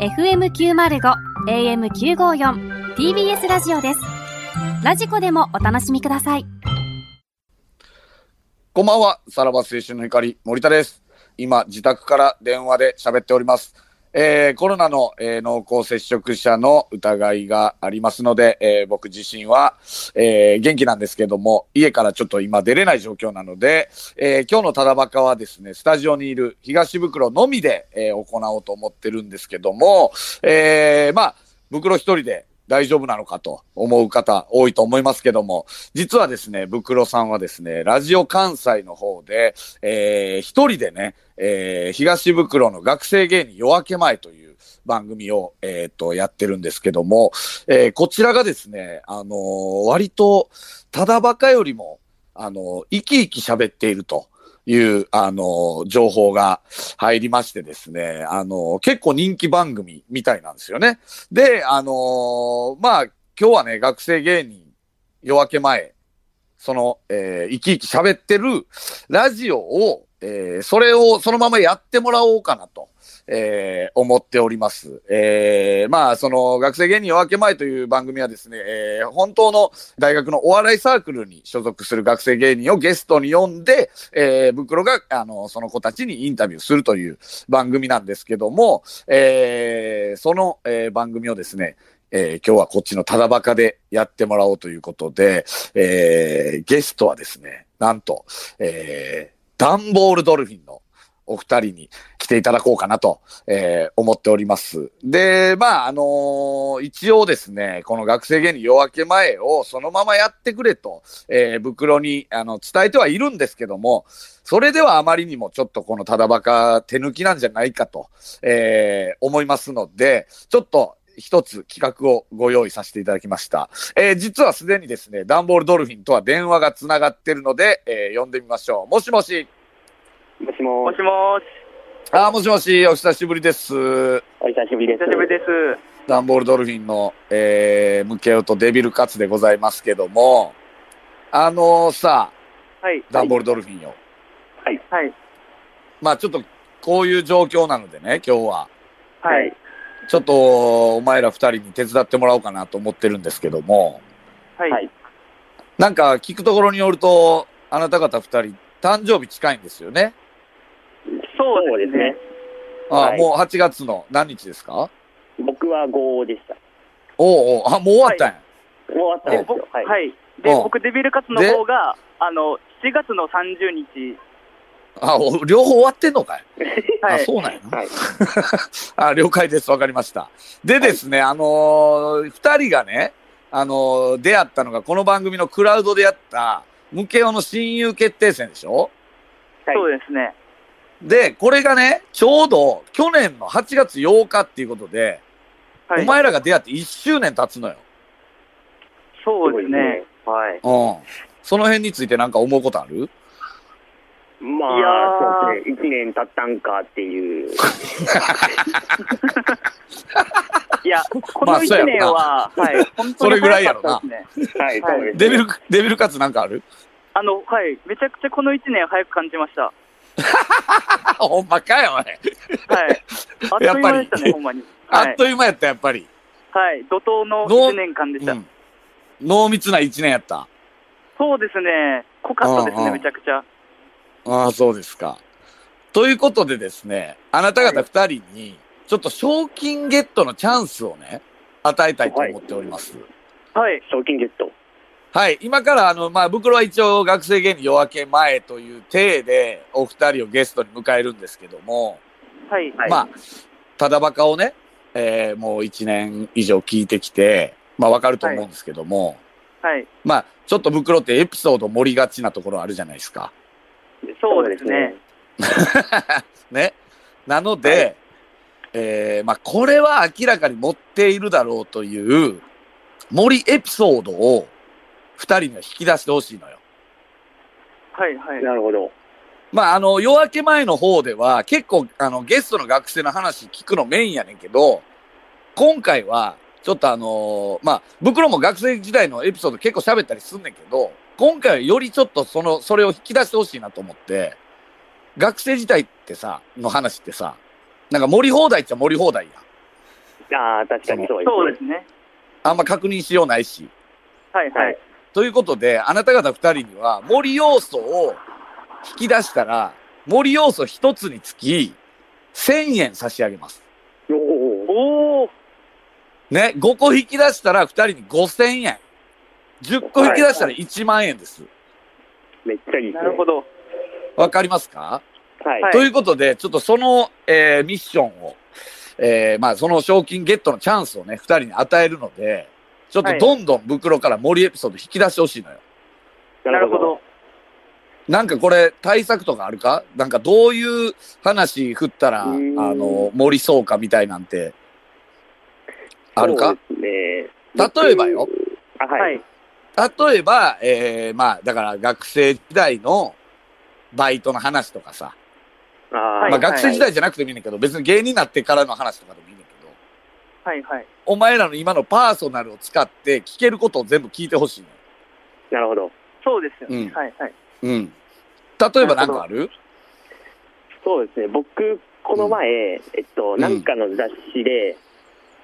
FM905 AM954 TBS ラジオですラジコでもお楽しみくださいこんばんは。さらば青春の光、森田です。今、自宅から電話で喋っております。えーコロナの、えー濃厚接触者の疑いがありますので、えー僕自身は、えー元気なんですけども、家からちょっと今出れない状況なので、えー今日のただバカはですね、スタジオにいる東袋のみで、えー行おうと思ってるんですけども、えーまあ、袋一人で大丈夫なのかと思う方多いと思いますけども、実はですね、ブクロさんはですね、ラジオ関西の方で、えー一人でね、えー東袋の学生芸人夜明け前という番組を、えーと、やってるんですけども、えーこちらがですね、あのー割と、ただバカよりも、あのー生き生き喋っていると。いう、あのー情報が入りましてですね、あのー結構人気番組みたいなんですよね。で、あのーまあ、今日はね、学生芸人夜明け前、その、えー生き生き喋ってるラジオを、えーそれをそのままやってもらおうかなと、えー思っております。えーまあ、その、学生芸人夜明け前という番組はですね、えー本当の大学のお笑いサークルに所属する学生芸人をゲストに呼んで、えー、袋が、あの、その子たちにインタビューするという番組なんですけども、えーその、えー番組をですね、えー今日はこっちのただバカでやってもらおうということで、えーゲストはですね、なんと、えーダンボールドルフィンのお二人に来ていただこうかなと、えー思っております。で、まあ、あのー一応ですね、この学生芸人夜明け前をそのままやってくれと、えー袋に、あの、伝えてはいるんですけども、それではあまりにもちょっとこのただバカ手抜きなんじゃないかと、えー思いますので、ちょっと一つ企画をご用意させていただきました。えー実はすでにですね、ダンボールドルフィンとは電話がつながってるので、えー呼んでみましょう。もしもし。もしももーしもーし、あー、もしもし、お久しぶりです。お久しぶりです。久しぶりです。ダンボールドルフィンの、えー、ムケオとデビルカツでございますけども、あのーさ、はい。ダンボールドルフィンよ。はい。まあちょっと、こういう状況なのでね、今日は。はい。ちょっと、お前ら二人に手伝ってもらおうかなと思ってるんですけども、はい。はいなんか聞くところによると、あなた方二人、誕生日近いんですよね。そうですね。あー、はいもう8月の何日ですか僕は5でした。おうおうあ、もう終わったんや。もう終わったんでです僕よ。はい。い。で、うん僕、デビルカツの方が、あの、7月の30日。あお両方終わってんのかい、はあ、い。そうなんやな。はい。あ、了解です。わかりました。でですね、あのー二人がね、あのー出会ったのが、この番組のクラウドでやった、ムケオの親友決定戦でしょはいそうですね。で、これがね、ちょうど去年の8月8日っていうことで、はい。お前らが出会って1周年経つのよ。そうですね。はい。うん。その辺についてなんか思うことあるまいやあ、そうーですね。1年経ったんかって いう。い や、こまあの1年は、 はい。本当それにぐらいやろ早なかったですね。はい、はいそうですね。デビル、デビルカツなんかあるあの、はい。めちゃくちゃこの1年早く感じました。はあ、ほんまかよ、おい。い。あっという間でしたね、ほんまに。あはっい。という間やった、やっぱり。はい。怒涛の1年間でしうた。ん。濃密な1年やった。そうですね。濃かったですうんうね、んめちゃくちゃ。ああ、そうですか。ということでですね、あなた方二人に、ちょっと賞金ゲットのチャンスをね、与えたいと思っております。はい、はい。賞金ゲット。今から、あの、まあ、袋は一応学生芸人夜明け前という体で、お二人をゲストに迎えるんですけども、はい。はいまあ、ただバカをね、えーもう一年以上聞いてきて、まあ、わかると思うんですけども、はい。まあ、ちょっと袋ってエピソード盛りがちなところあるじゃないですか。そうですね。ね。なので、はえーまあ、これは明らかに持っているだろうという、森エピソードを二人には引き出してほしいのよ。はい。はい。なるほど。まあ、あの、夜明け前の方では、結構、あの、ゲストの学生の話聞くのメインやねんけど、今回は、ちょっとあのーまあ、袋も学生時代のエピソード結構喋ったりすんねんけど、今回はよりちょっとその、それを引き出してほしいなと思って、学生時代ってさ、の話ってさ、なんか盛り放題っちゃ盛り放題やん。ああ、確かにそうですね。そうですね。あんま確認しようないし。はいははいい。。ということで、あなた方二人には森要素を引き出したら、森要素一つにつき、1000円差し上げます。おおおお、ね、5個引き出したら二人に5000円。10個引き出したら1万円です。めっちゃいいですね。なるほど。わかりますか、はい。はいということで、ちょっとその、えーミッションを、えーまあ、その賞金ゲットのチャンスをね、二人に与えるので、ちょっとどんどん袋から森エピソード引き出してほしいのよ。なるほど。。なんかこれ対策とかあるかなんかどういう話振ったら、あうんの、盛りそうかみたいなんて、あるかそうですね例えばよ。。あは。はいい。例えば、えー、まあ、だから学生時代のバイトの話とかさ。あーはいまあ学生時代じゃなくてもいいねんだけど、別に芸人になってからの話とかでもいいねんだけど、はいはい。お前らの今のパーソナルを使って聞けることを全部聞いてほしいのよなるほど。そうですようんね。はいはい。うん。例えばなんかあるそうですね。僕、この前、えっと、んなんかの雑誌で、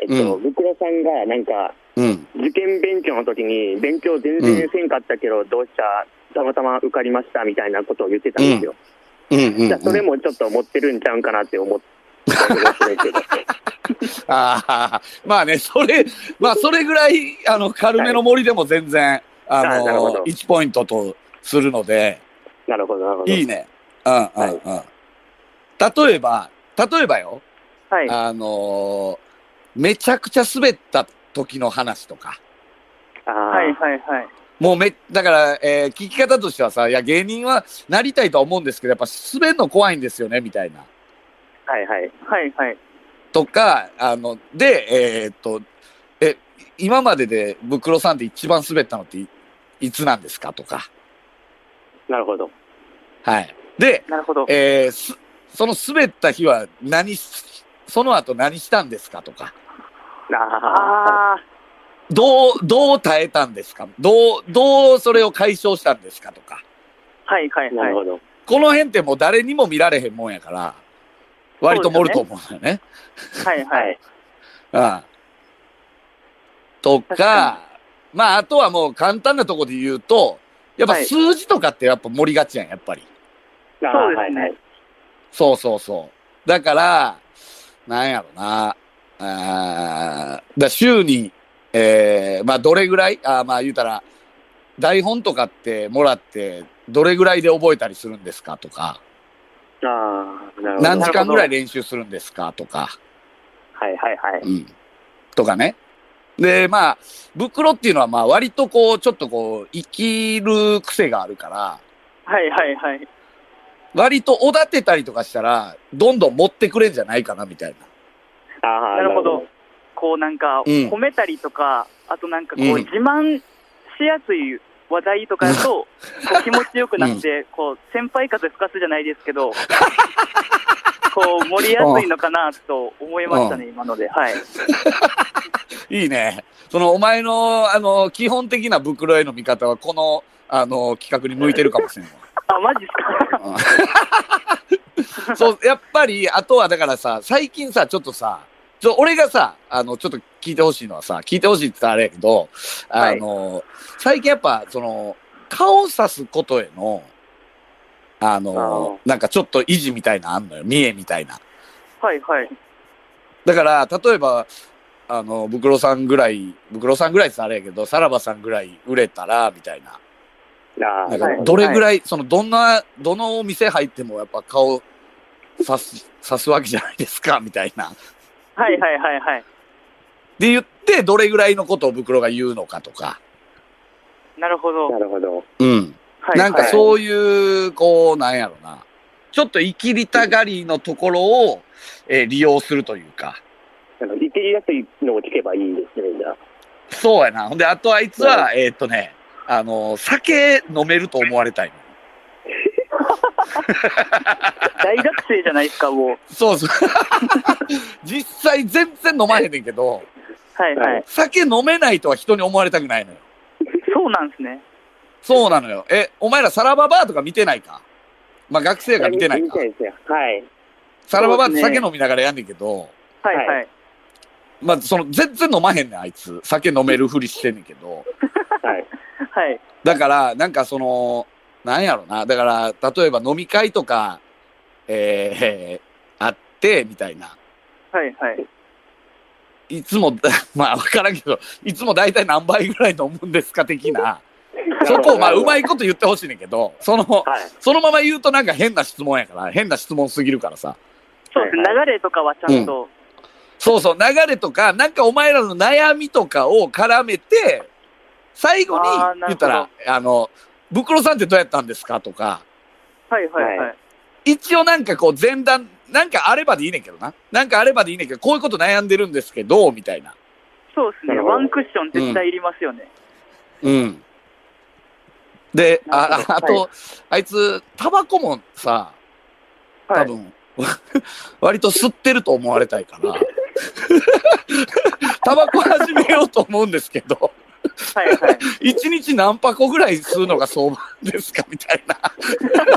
えっと、うブクロさんが、なんか、うん。受験勉強の時に、勉強全然せんかったけど、どうしたたまたま受かりましたみたいなことを言ってたんですよ。うんうん、じゃあそれも。もちょっと持ってるんちゃうんかなって思って。ああ、 まあね、それ、まあそれぐらい、あの、軽めの森でも全然、ああなるほのど、 1ポイントとするので、なるほど、なるほど。いいね。うんうんうん。例えば、例えばよ、はい。あのーめちゃくちゃ滑った時の話とか。あーはいはいはい。もうめ、だから、えー聞き方としてはさ、いや、芸人はなりたいとは思うんですけど、やっぱ滑るの怖いんですよね、みたいな。はいはい。はいはい。とか、あの、で、えーっと、え、今まででブクロさんで一番滑ったのっていいつなんですかとか。なるほど。はい。で、なるほど。えーす、その滑った日は何し、その後何したんですかとか。ああ。ああ、どう、どう耐えたんですかどう、どうそれを解消したんですかとか。はいはいなはるい。ほど。この辺ってもう誰にも見られへんもんやから、割と盛ると思うんだよね。はいはい。うん。とか、確かまあ、あとはもう簡単なとこで言うと、やっぱはい数字とかってやっぱ盛りがちやん、やっぱり。あーそうですはいねはい。そうそうそう。だから、なんやろな。あーだ週に、えー、まあどれぐらい、あーまあ言うたら、台本とかってもらって、どれぐらいで覚えたりするんですかとか、ああ、なるほど。何時間ぐらい練習するんですかとか。はいはいはい。うん。とかね。で、まあ、袋っていうのは、まあ、割とこう、ちょっとこう、生きる癖があるから、はいはいはい。割とおだてたりとかしたら、どんどん持ってくれんじゃないかな、みたいな。ああ、なるほど。こうなんか、うん褒めたりとか、あとなんかこう、うん自慢しやすい話題とかだ と、こう気持ちよくなって、こう、先輩風吹かすじゃないですけ ど、こう、盛りやすいのかなと思いましたね、今ので。はい。いいね。その、お前の、あの、基本的な袋への見方は、この、あの、企画に向いてるかもしれない。あ、マジっすかそう、やっぱり、あとはだからさ、最近さ、ちょっとさ、ちょ俺がさ、あの、ちょっと聞いてほしいのはさ、聞いてほしいって言ったらあれやけど、あの、最近やっぱ、その、顔をさすことへの、あの、なんかちょっと意地みたいなのあんのよ。見えみたいな。はいはい。だから、例えば、あの、ブクロさんぐらい、ブクロさんぐらいって言ったらあれやけど、さらばさんぐらい売れたら、みたいな。ああ、なんなるかほどど。れぐらい、その、どんな、どのお店入ってもやっぱ顔、さす、さすわけじゃないですか、みたいな。はいはいはいはい。で言って、どれぐらいのことを袋が言うのかとか。なるほど。なるほど。うん。はい、なんかう。そういう、こう、なんやろな。ちょっと生きりたがりのところを、えー利用するというか。なんか、生きやすいのを聞けばいいですね、じゃあ。そうやな。ほんで、あとあいつは、えーっとね、あのー酒飲めると思われたいの。大学生じゃないですか、もう。そうそう。 実際全然飲まへんねんけど、はいはい。酒飲めないとは人に思われたくないのよ。そうなんですね。そうなのよ。え、お前らサラババーとか見てないかまあ学生やから見てない見かた。いですね。はい。サラババーって酒飲みながらやんねんけど、はいはい。まあ、その、全然飲まへんねん、あいつ。酒飲めるふりしてんねんけど。はい。はい。だから、なんかその、なんやろな。だから、例えば飲み会とか、えー、あって、みたいな。はい。はい。いつも、 まあ、わからんけど、いつも大体何倍ぐらい飲むんですか、的な。 そこを、まあ、うまいこと言ってほしいねんけど、その、はい。そのまま言うとなんか変な質問やから、変な質問すぎるからさ。そうですね。はいは流れとかはちゃんと。そうそう、流れとか、なんかお前らの悩みとかを絡めて、最後にあーなるほど言ったら、あの、ブクロさんってどうやったんですかとか、はい。はい。は。はい一応なんかこう前段、なんかあればでいいねんけどな。なんかあればでいいねんけど、こういうこと悩んでるんですけど、みたいな。そうですなね。るほどワンクッション絶対いりますよね。うん。で、なあるほどあと、あいつ、タバコもさ、多はい。分、 割と吸ってると思われたい から、タバコ始めようと思うんですけど、はい。はい。一日何箱ぐらい吸うのが相場ですかみたいな。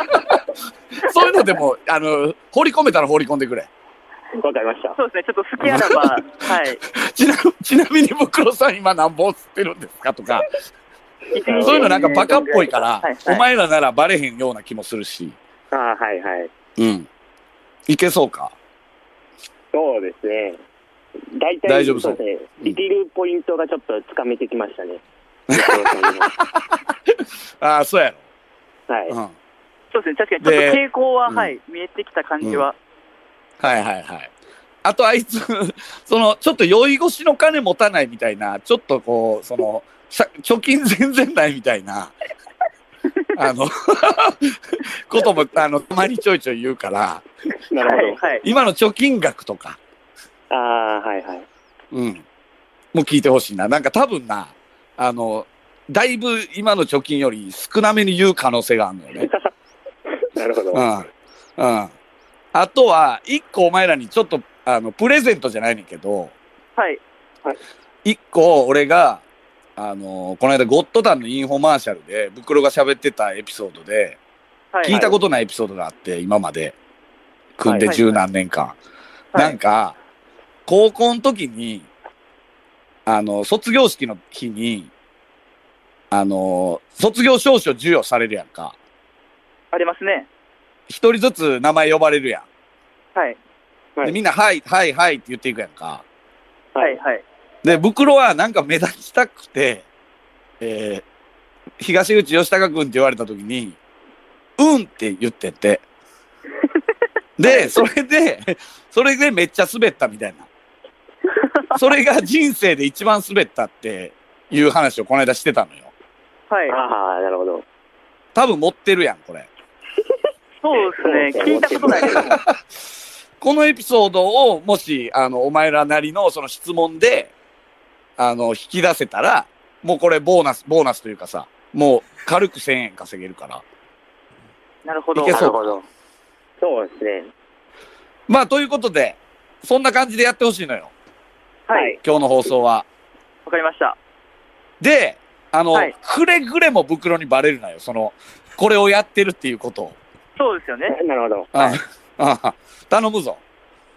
そういうのでも、あの、放り込めたら放り込んでくれ。わかりました。そうですね。ちょっと好きあら ば、はい。ちなちなみに、ブクロさん今何本吸ってるんですかとか、そういうのなんかバカっぽいからはい、はいお前らならバレへんような気もするし、ああ、はいはい。うん。いけそうか。そうですね。大体、大丈夫そうですね。うんリティルポイントがちょっとつかめてきました ね。ああ、そうやはいろ。う。ん。はいそうですね。確かに、ちょっとで傾向は、うんはい。見えてきた感じは。はいはい。あとあいつ、 その、ちょっと酔い越しの金持たないみたいな、ちょっとこう、その、さ貯金全然ないみたいな、あの、 ことも、あの、たまにちょいちょい言うから、なはるい。ほはい。今の貯金額とか、ど。ああ、はいはい。うん。もう聞いてほしいな。なんか多分な、あの、だいぶ今の貯金より少なめに言う可能性があるのよね。なるほど。うはん。うん。あとは、一個お前らにちょっと、あの、プレゼントじゃないねんけど、はい。一個俺が、あの、この間ゴッドタンのインフォマーシャルで、ブクロが喋ってたエピソードで、は聞いたことないエピソードがあって、今まで。組んではい十何年間。はいなんか、高校の時に、あの、卒業式の日に、あの、卒業証書授与されるやんか。ありますね。一人ずつ名前呼ばれるやん。はい。はでいみんな、はい、はい、はいって言っていくやんか。はい。い。はい。で、袋はなんか目立ちたくて、えー、東口義孝君って言われた時に、うんって言ってて。で、それで、それでめっちゃ滑ったみたいな。それが人生で一番滑ったっていう話をこの間してたのよ。はい。ああ、なるほど。多分持ってるやん、これ。そうですね。聞いたことないです。はこのエピソードを、もし、あの、お前らなりのその質問で、あの、引き出せたら、もうこれボーナス、ボーナスというかさ、もう軽く1000円稼げるから。い なるほど。いけなそるうほど。そうですね。まあ、ということで、そんな感じでやってほしいのよ。はい。。今日の放送は。わかりました。で、あの、はいくれぐれも袋にバレるなよ。その、これをやってるっていうことを。そうですよね。なるほど。あ あ頼むぞ。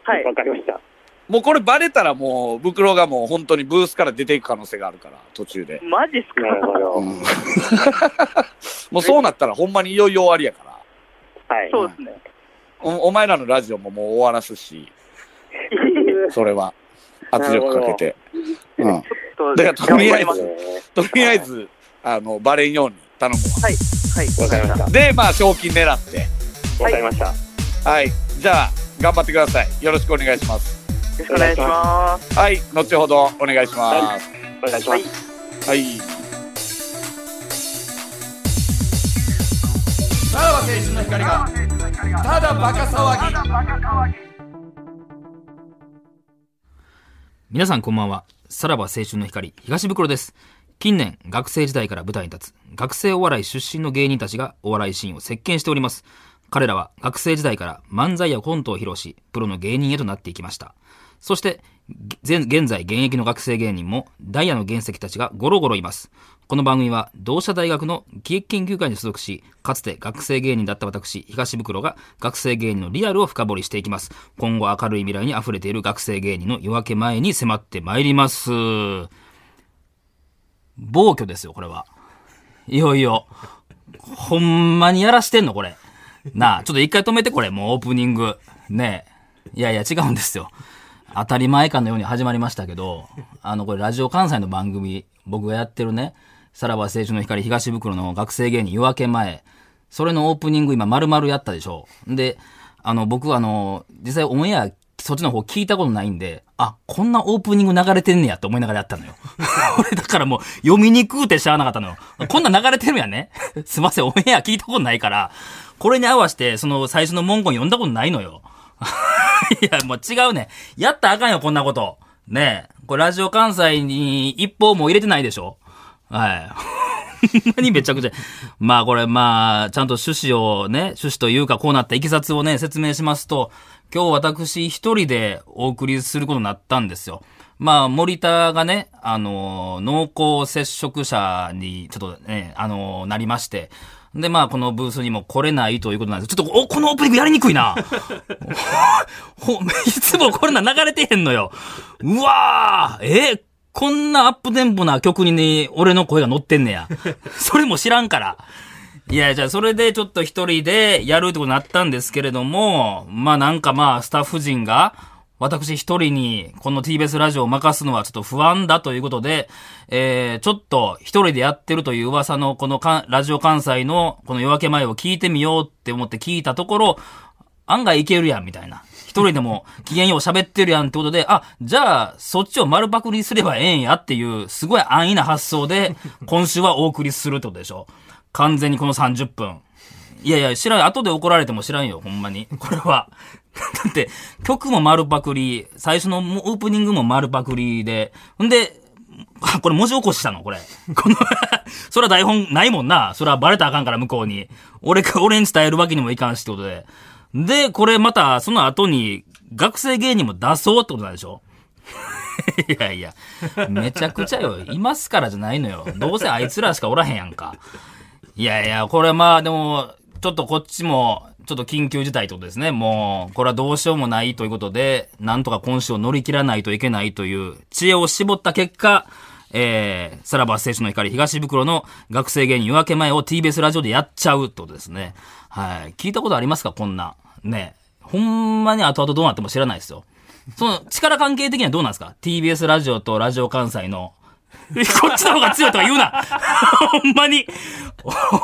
はい。わかりました。もうこれバレたらもう、袋がもう本当にブースから出ていく可能性があるから、途中で。マジっすかなるほど。うん もうそうなったらほんまにいよいよ終わりやから。はい。そうですね。おお前らのラジオももう終わらすし、それは。圧力かけて。うん。そうだからとりあえず頑張りとりあえず、あの、バレんように頼むますはい。わかりましたわ。。で、まあ、賞金狙って。わかりました。はい。じゃあ、頑張ってください。よろしくお願いします。よろしくお願いします。はい。後ほどお願いします。お願いします。はい。さらば青春の光が、ただバカ騒ぎ。皆さんこんばんは。さらば青春の光、東袋です。近年、学生時代から舞台に立つ、学生お笑い出身の芸人たちがお笑いシーンを席巻しております。彼らは学生時代から漫才やコントを披露し、プロの芸人へとなっていきました。そして、現現在現役の学生芸人もダイヤの原石たちがゴロゴロいます。この番組は同社大学の喜劇研究会に所属し、かつて学生芸人だった私、東袋が学生芸人のリアルを深掘りしていきます。今後明るい未来に溢れている学生芸人の夜明け前に迫ってまいります。暴挙ですよ、これは。いよいよ。ほんまにやらしてんのこれ。なあ、ちょっと一回止めてこれ、もうオープニング。ねえ。いやいや、違うんですよ。当たり前かのように始まりましたけど、あの、これ、ラジオ関西の番組、僕がやってるね、さらば青春の光東袋の学生芸人夜明け前、それのオープニング今、丸々やったでしょ。で、あの、僕、あの、実際オンエア、そっちの方聞いたことないんで、あ、こんなオープニング流れてんねやと思いながらやったのよ。 俺だからもう読みにくうてしゃあなかったのよ。こんなん流れてるやんね。すいません、オンエア聞いたことないから、これに合わせて、その最初の文言読んだことないのよ。 いや、もう違うね。やったらあかんよ、こんなこと。ねえ。これ、ラジオ関西に一報も入れてないでしょはい。ほんまにめちゃくちゃ。まあこれ、まあ、ちゃんと趣旨をね、趣旨というか、こうなったいきさつをね、説明しますと、今日私一人でお送りすることになったんですよ。まあ、森田がね、あのー、濃厚接触者に、ちょっとね、あのーなりまして、で、まあ、このブースにも来れないということなんですちょっと、お、このオープニングやりにくいな。ほ、 いつもこんなん流れてへんのよ。うわーえこんなアップテンポな曲にね、俺の声が乗ってんねや。 それも知らんから。いや、じゃあそれでちょっと一人でやるってことになったんですけれども、まあなんかまあスタッフ陣が、私一人にこの TBS ラジオを任すのはちょっと不安だということで、えー、ちょっと一人でやってるという噂のこのかラジオ関西のこの夜明け前を聞いてみようって思って聞いたところ、案外いけるやん、みたいな。一人でも機嫌よう喋ってるやんってことで、あ、じゃあ、そっちを丸パクリすればええんやっていう、すごい安易な発想で、今週はお送りするってことでしょ。完全にこの30分。いやいや、知らん。後で怒られても知らんよ、ほんまに。 これは。だって、曲も丸パクリ、最初のもオープニングも丸パクリで、んで、 あ、これ文字起こししたのこれ。 この、そら台本ないもんな。そらバレたらあかんから向こうに。俺か、俺に伝えるわけにもいかんしってことで。で、これまた、その後に、学生芸人も出そうってことなんでしょ いやいや、めちゃくちゃよ。いますからじゃないのよ。どうせあいつらしかおらへんやんか。いやいや、これまあでも、ちょっとこっちも、ちょっと緊急事態ってことですね。もう、これはどうしようもないということで、なんとか今週を乗り切らないといけないという知恵を絞った結果、えー、さらば青春の光東袋の学生芸人夜明け前を TBS ラジオでやっちゃうってことですね。はい。聞いたことありますかこんな。ね。ほんまに後々どうなっても知らないですよ。その力関係的にはどうなんですか ?TBS ラジオとラジオ関西の こっちの方が強いとか言うな ほんまに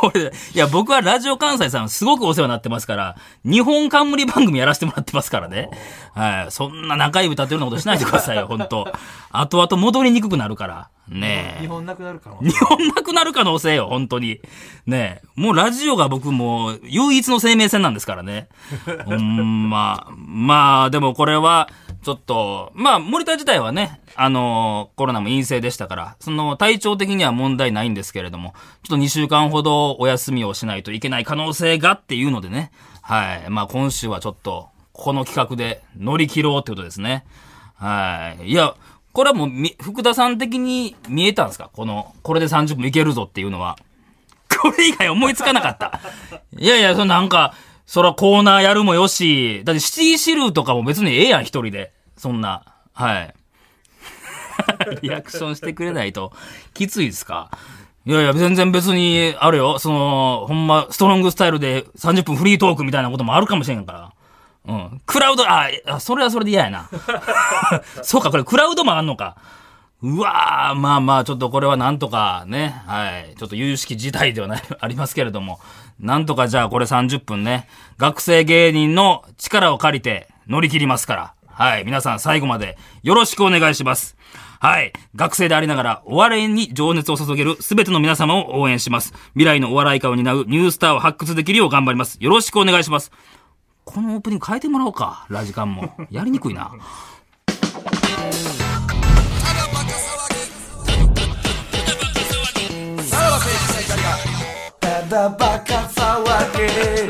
俺、いや、僕はラジオ関西さんすごくお世話になってますから、日本冠番組やらせてもらってますからね。はい。そんな仲良い歌ってるようなことしないでくださいよ、本当後々戻りにくくなるから。ねえ。日本なくなるかも。日本なくなる可能性よ、本当に。ねえ。もうラジオが僕もう唯一の生命線なんですからね。 ほんま。まあ、でもこれは、ちょっと、まあ、森田自体はね、あのコロナも陰性でしたから、その体調的には問題ないんですけれども、ちょっと2週間ほどお休みをしないといけない可能性がっていうのでね。はい。まあ今週はちょっと、この企画で乗り切ろうってことですね。はい。いや、これはもうみ、福田さん的に見えたんですかこの、これで30分いけるぞっていうのは。これ以外思いつかなかった。いやいや、そのなんか、そらコーナーやるもよし、だってシティシルーとかも別にええやん、一人で。そんな。はい。 リアクションしてくれないと、きついですかいやいや、全然別に、あるよ。その、ほんま、ストロングスタイルで30分フリートークみたいなこともあるかもしれんから。うん。クラウド、あ、あそれはそれで嫌やな。 そうか、これクラウドもあんのか。うわー、まあまあ、ちょっとこれはなんとかね、はい、ちょっと有識事態ではない、 ありますけれども、なんとかじゃあこれ30分ね、学生芸人の力を借りて乗り切りますから、はい、皆さん最後までよろしくお願いします。はい。学生でありながら、お笑いに情熱を注げるすべての皆様を応援します。未来のお笑い家を担うニュースターを発掘できるよう頑張ります。よろしくお願いします。このオープニング変えてもらおうか。ラジカンも。やりにくいな。ただバカ騒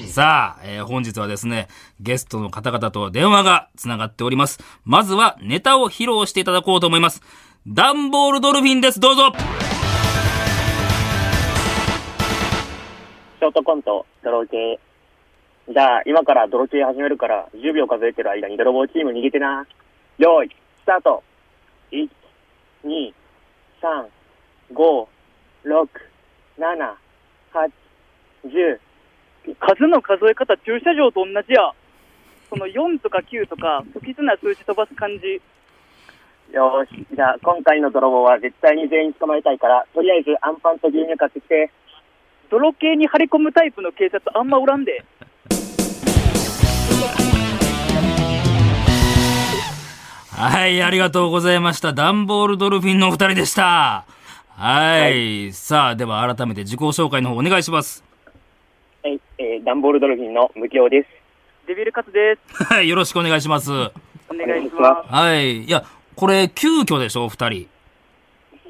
げ さあ、えー本日はですね、ゲストの方々と電話が繋がっております。まずはネタを披露していただこうと思います。ダンボールドルフィンです。どうぞショートコント、泥系。じゃあ、今から泥系始めるから、10秒数えてる間に泥棒チーム逃げてな。よーい、スタート !1、2、3、5、6、7、8、10。数の数え方、駐車場と同じや。その4とか9とか、不吉な数字飛ばす感じ。よーし。じゃあ、今回の泥棒は絶対に全員捕まえたいから、とりあえずアンパンと牛乳買ってきて。泥系に張り込むタイプの警察あんまおらんで。はい、ありがとうございました。ダンボールドルフィンのお二人でした。はい。さあ、では改めて自己紹介の方お願いします。はい、えー、ダンボールドルフィンの無形です。デビルカツです。はい、よろしくお願いします。お願いします。はい。いや、これ、急遽でしょ、お二人。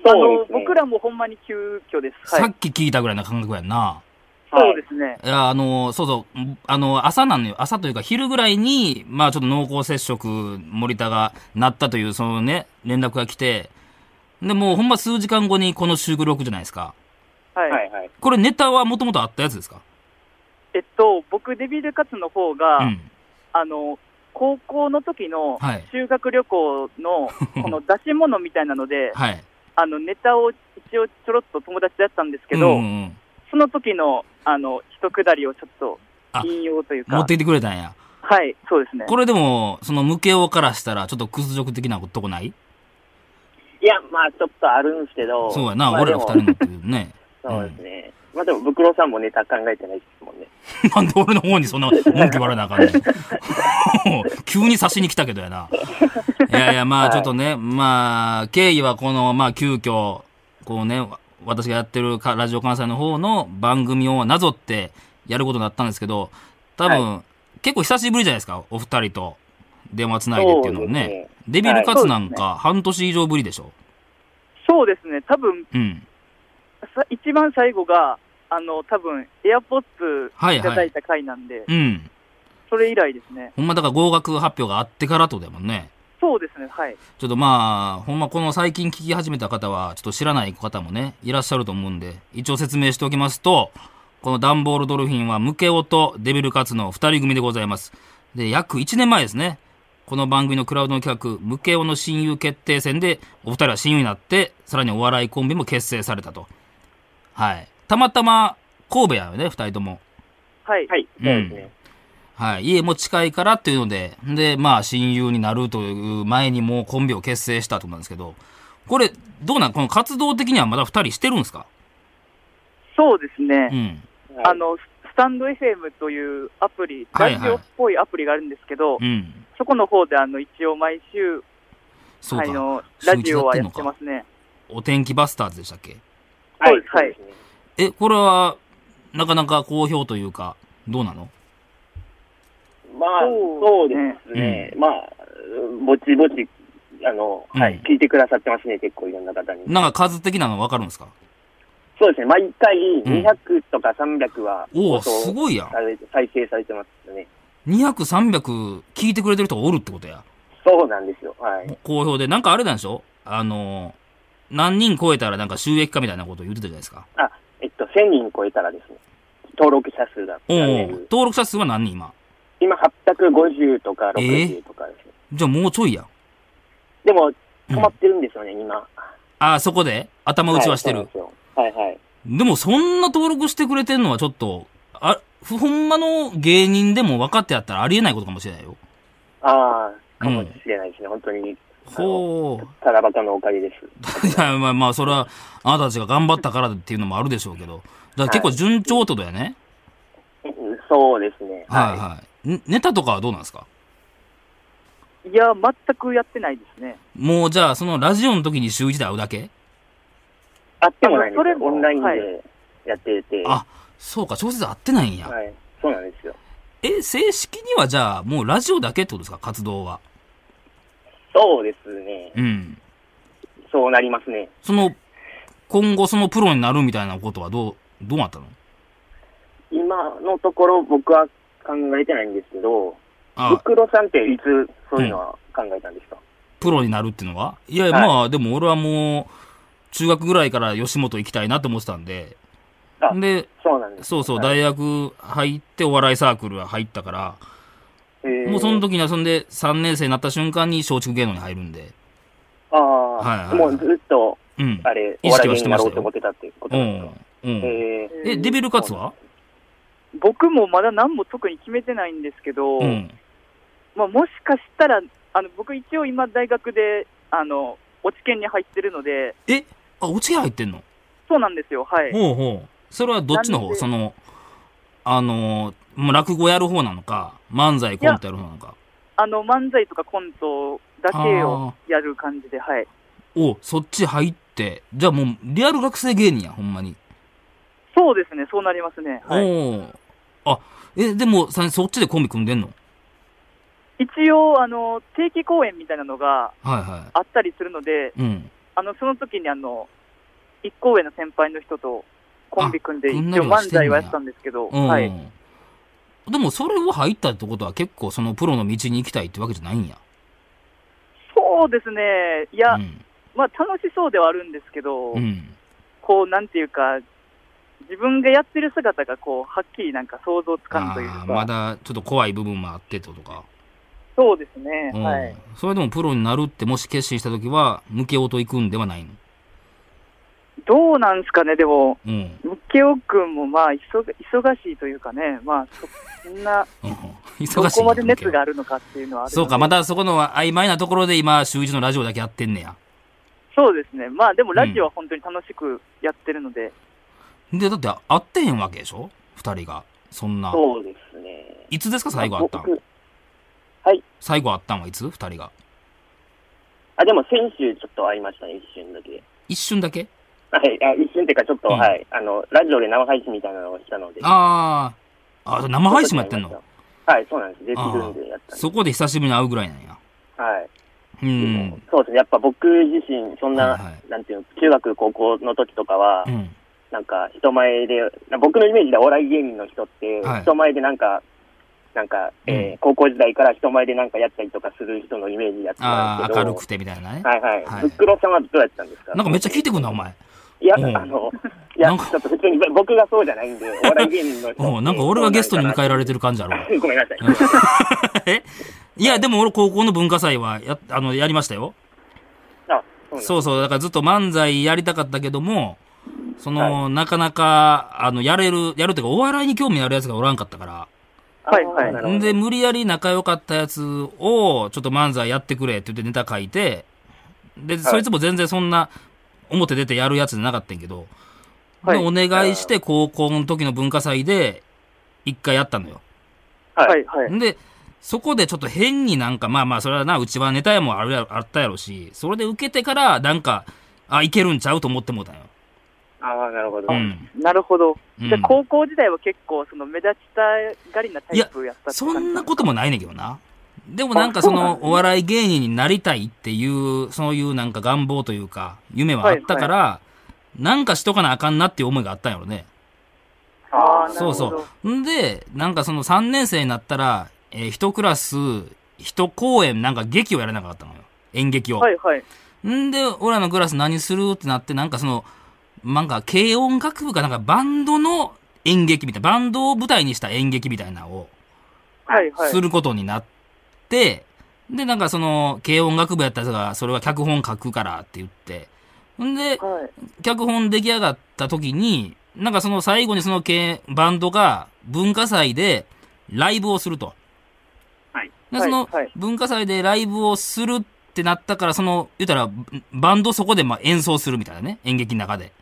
あそうのですね僕らもほんまに急遽です。はさいっ。き聞いたぐらいな感覚やんな。はいそうですね。いや、あの、そうそう、んあの、朝なのよ。朝というか昼ぐらいに、まあちょっと濃厚接触、森田がなったという、そのね、連絡が来て、で、もうほんま数時間後にこの収録じゃないですか。はい。はいはい。これネタはもともとあったやつですかえっと、僕、デビルカツの方が、うん。あの、高校の時のはい修学旅行の、この出し物みたいなので、はい。あの、ネタを一応ちょろっと友達だったんですけど、うんうんうんその時の、あの、一くだりをちょっとあ、引用という持かっ、てきてくれたんや。はい、そうですね。これでも、その無形をからしたら、ちょっと屈辱的なとこないいや、まあちょっとあるんですけど。そうやな、まあ俺でらも二人のっていうね。そうですね。まあでも、ブクロさんもネタ考えてないですもんね。 なんで俺の方にそんな文句言われなあかん ねん。急に差しに来たけどやな。いやいや、まあちょっとね、まあ、経緯はこの、まあ急遽、こうね、わ私がやってるかラジオ関西の方の番組をなぞってやることになったんですけど、多分、結構久しぶりじゃないですか、お二人と電話つないでっていうのもね。そうですねデビルカツなんか半年以上ぶりでしょ。そうですね、多分うん。さ一番最後が、あの、多分エアポッツはいいただはいい。た回なんで、うん。それ以来ですね。ほんまだから合格発表があってからとだもんね。そうですね、はい。ちょっとまあ、ほんまこの最近聞き始めた方は、ちょっと知らない方もね、いらっしゃると思うんで、一応説明しておきますと、このダンボールドルフィンは、ムケオとデビルカツの二人組でございます。で、約1年前ですね、この番組のクラウドの企画、ムケオの親友決定戦で、お二人は親友になって、さらにお笑いコンビも結成されたと。はい。たまたま、神戸やよね、二人とも。はい。はい、そうですね。はい。家も近いからっていうので、で、まあ、親友になるという前にもうコンビを結成したと思うんですけど、これ、どうなんこの活動的にはまだ二人してるんですかそうですうね。ん。あの、ススタンド FM というアプリ、はいラジオっぽいアプリがあるんですけど、うん。そこの方で、あの、一応毎週、そうあか。の、週ラ一ジオはやっやっててんのまかすね。お天気バスターズでしたっけはそういですはそうでいすねえ、これは、なかなか好評というか、どうなのまあ、そそううですでねすね。まあ、ぼちぼち、あの、うんはい、聞いてくださってますね、結構いろんな方に。なんか数的なの分かるんですかそうですね、毎回ん200とか300は、お放お送すごいやんさ。れ再生されてますよね。 200、300聞いてくれてる人がおるってことや。そうなんですよ。はい。好評で。なんかあれなんでしょあの、何人超えたらなんか収益化みたいなこと言ってたじゃないですか。あ、えっと、1000人超えたらですね、登録者数が。おお登録者数は何人今今、850とか60とかですね。じゃあもうちょいやん。でも、止まってるんですよね、今。ああ、そこで頭打ちはしてる、いそうなんですよはいはい。でもそんな登録してくれてんのはちょっと、あ、ふほんまの芸人でも分かってやったらありえないことかもしれないよ。ああ、かもしれないですね、本当に。ほう。ただバカのおかげです。 いや、まあまあ、それは、あなたたちが頑張ったからっていうのもあるでしょうけど。だから結構順調ってことだよね。うんそうですね。はいはい。んネタとかはどうなんですかいや、全くやってないですね。もうじゃあ、そのラジオの時に週一で会うだけあってもないんですあそれよ。もオンラインはいでやってて。あ、そうか、直接会ってないんや。はい。そうなんですよ。え、正式にはじゃあ、もうラジオだけってことですか活動は。そうですね。うん。そうなりますね。その、今後そのプロになるみたいなことはどう、どうなったの今のところ僕は考えてないんですけど、あブクロさんっていつそういうのは考えたんですか、プロになるっていうのはいや、いまあ、でも俺はもう、中学ぐらいから吉本行きたいなと思ってたんであ、で、そうなんです。そうそう、はい大学入ってお笑いサークルは入ったから、えーもうその時にはそんで3年生になった瞬間に松竹芸能に入るんで、ああ、はいはいはいもうずっと、うん。あれ、意お識笑いは芸し人てにまなろしたうと思よっ。てたっていうこうとですかん。うん。えーえ、デビルカツは僕もまだ何も特に決めてないんですけど、うん。まあ、もしかしたら、あの僕、一応今、大学で、あの、落ち研に入ってるので、え、あ、落ち入ってんのそうなんですよ、はい。ほうほう。それはどっちのな方んでその、あのー、もう落語やる方なのか、漫才コントやる方なのか。あの、漫才とかコントだけをやる感じで、はい。お、そっち入って、じゃあもう、リアル学生芸人や、ほんまに。そうですね、そうなりますね。はい、おーあ、え、でも、さそっちでコンビ組んでんの一応、あの、定期公演みたいなのがはいはあったりするので、い。うん。あの、その時に、あの、一個上の先輩の人とコンビ組んで、あ一こんな応のは漫してんね才やはやってたんですけど、うん。はい。でも、それを入ったってことは結構、そのプロの道に行きたいってわけじゃないんや。そうですね、いや、うん。まあ、楽しそうではあるんですけど、うん。こう、なんていうか、自分がやってる姿が、こう、はっきりなんか想像つかんあというあか、ー、まだちょっと怖い部分もあってってことか。そうですね、うんはい。それでもプロになるってもし決心したときは、向けようと行くんではないの。どうなんですかね、でも、うん。ムケオ君もまあ忙、忙しいというかね、まあ、そそんな、うんど 忙しいこまで熱がああるのかっていうのはあるのでそうか、またそこの曖昧なところで今、週一のラジオだけやってんねや。そうですね、まあ、でもラジオは本当に楽しくやってるので、で、だって会ってへんわけでしょ二人が。そんな。そうですね。いつですか最後会ったん僕最後会ったんはいつ二人が。あ、でも先週ちょっと会いましたね、一瞬だけ。一瞬だけはい、あ一瞬っていうかちょっと、うんはい、あの、ラジオで生配信みたいなのをしたので。あーあ、生配信もやってんのはい、そうなんです。デスルームでやったんで。そこで久しぶりに会うぐらいなんや。はい。うでんも。そうですね。やっぱ僕自身、そんな、はいはなんていうの、中学、高校の時とかは、うん。なんか人前で、な僕のイメージではお笑い芸人の人って、はい人前でなんか、なんか、えーうん高校時代から人前でなんかやったりとかする人のイメージやってたんであすけあ、ど、明るくてみたいなね。はいはい。はいブックロさんはどうやってたんですかなんかめっちゃ聞いてくんな、お前。いや、うんあの、いや、なんちかょっと普通に僕がそうじゃない んで、お笑い芸人の人うん、なんか俺がゲストに迎えられてる感じあるわ。 る。ごめんなさい。えいや、でも俺高校の文化祭はや、あの、やりましたよ。あ、そうなんですそうそう、だからずっと漫才やりたかったけども、その、なかなか、あの、やれる、やるっていうか、お笑いに興味あるやつがおらんかったかはいはいなら。るほんどで、無理やり仲良かったやつを、ちょっと漫才やってくれって言ってネタ書いて、で、そいつも全然そんな、表出てやるやつじゃなかったんやけど、はいで、お願いして、高校の時の文化祭で、一回やったのよ。はいはいはい。んで、そこでちょっと変になんか、まあまあ、それはな、うちはネタやもあるやろあったやろし、それで受けてから、なんか、あ、いけるんちゃうと思ってもうたんよ。ああ、なるほど。うん。なるほど。うんじゃあ高校時代は結構、その目立ちたがりなタイプやったって感じそんなこともないねんけどな。でもなんかその、お笑い芸人になりたいっていう、そういうなんか願望というか、夢はあったから、なんかしとかなあかんなっていう思いがあったんやろね。ああ、なるそほうど。そう。んで、なんかその3年生になったら、えー一クラス、一公演、なんか劇をやらなかったのよ。演劇を。はいはい。んで、俺らのクラス何するってなって、なんかその、なんか軽音楽部かなんかバンドの演劇みたいな、バンドを舞台にした演劇みたいなのをはいはい。することになって、で、なんかその、軽音楽部やった人が、それは脚本書くからって言って、んはで、い。脚本出来上がった時に、なんかその最後にそのけバンドが文化祭でライブをすると。はい。はで、いそのはい文化祭でライブをするってなったから、その、言ったら、バンドそこでまあ演奏するみたいなね、演劇の中で。